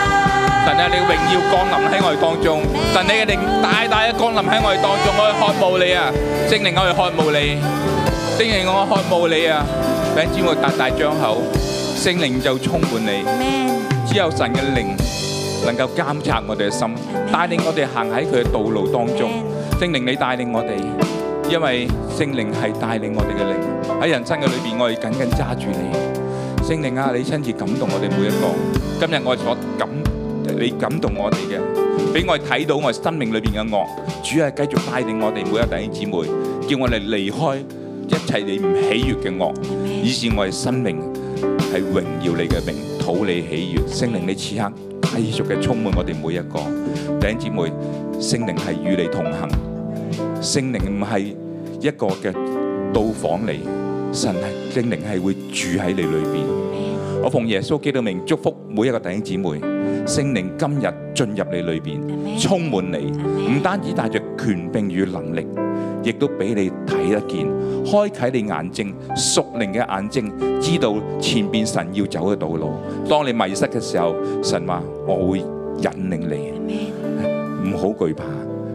Speaker 7: 要降臨喺我哋當中。神你嘅靈大大嘅降臨喺我哋當中，我哋渴慕你啊！聖靈我哋渴慕你，聖靈我渴慕你啊！弟兄姊妹大大張口，聖靈就充滿你。只有神嘅靈能夠監察我哋嘅心，帶領我哋行喺佢嘅道路當中。聖靈你帶領我哋，因為聖靈係帶領我哋嘅靈喺人生嘅裏邊，我哋緊緊揸住你。聖靈啊，你親自感動我哋每一個。今日我所感，你感動我哋嘅，俾我哋睇到我哋生命裏邊嘅惡。主啊，繼續帶領我哋每一個弟兄姊妹，叫我哋離開一切你唔喜悅嘅惡，以致我哋生命係榮耀你嘅名，討你喜悅。聖靈，你此刻繼續嘅充滿我哋每一個弟兄姊妹。聖靈係與你同行，聖靈唔係一個嘅到訪你，神係聖靈係會住喺你裏邊。我奉耶穌基督名祝福每一個弟兄姊妹，聖靈今日進入你裏邊，充滿你，唔單止帶着權柄與能力，亦都俾你睇得見，開啟你眼睛，屬靈嘅眼睛，知道前邊神要走嘅道路。當你迷失嘅時候，神話我會引領你。唔好懼怕，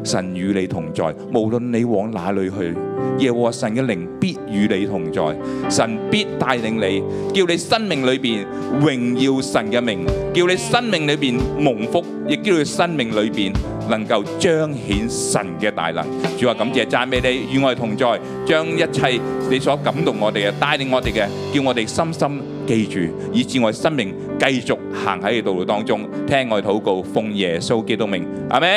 Speaker 7: 神與你同在，無論你往哪裏去，耶和華神嘅靈必與你同在，神必帶領你，叫你生命裏邊榮耀神嘅名，叫你生命裏邊蒙福，亦叫你生命裏邊能夠彰顯神嘅大能。主啊，感謝讚美你與我哋同在，將一切你所感動我哋嘅、帶領我哋嘅，叫我哋深深記住，以致我哋生命繼續行喺你道路當中，聽我哋禱告，奉耶穌基督名，阿門。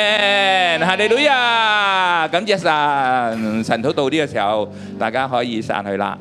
Speaker 7: 哈利路亞，感謝神。神禱到呢個時候，大家可以散去啦。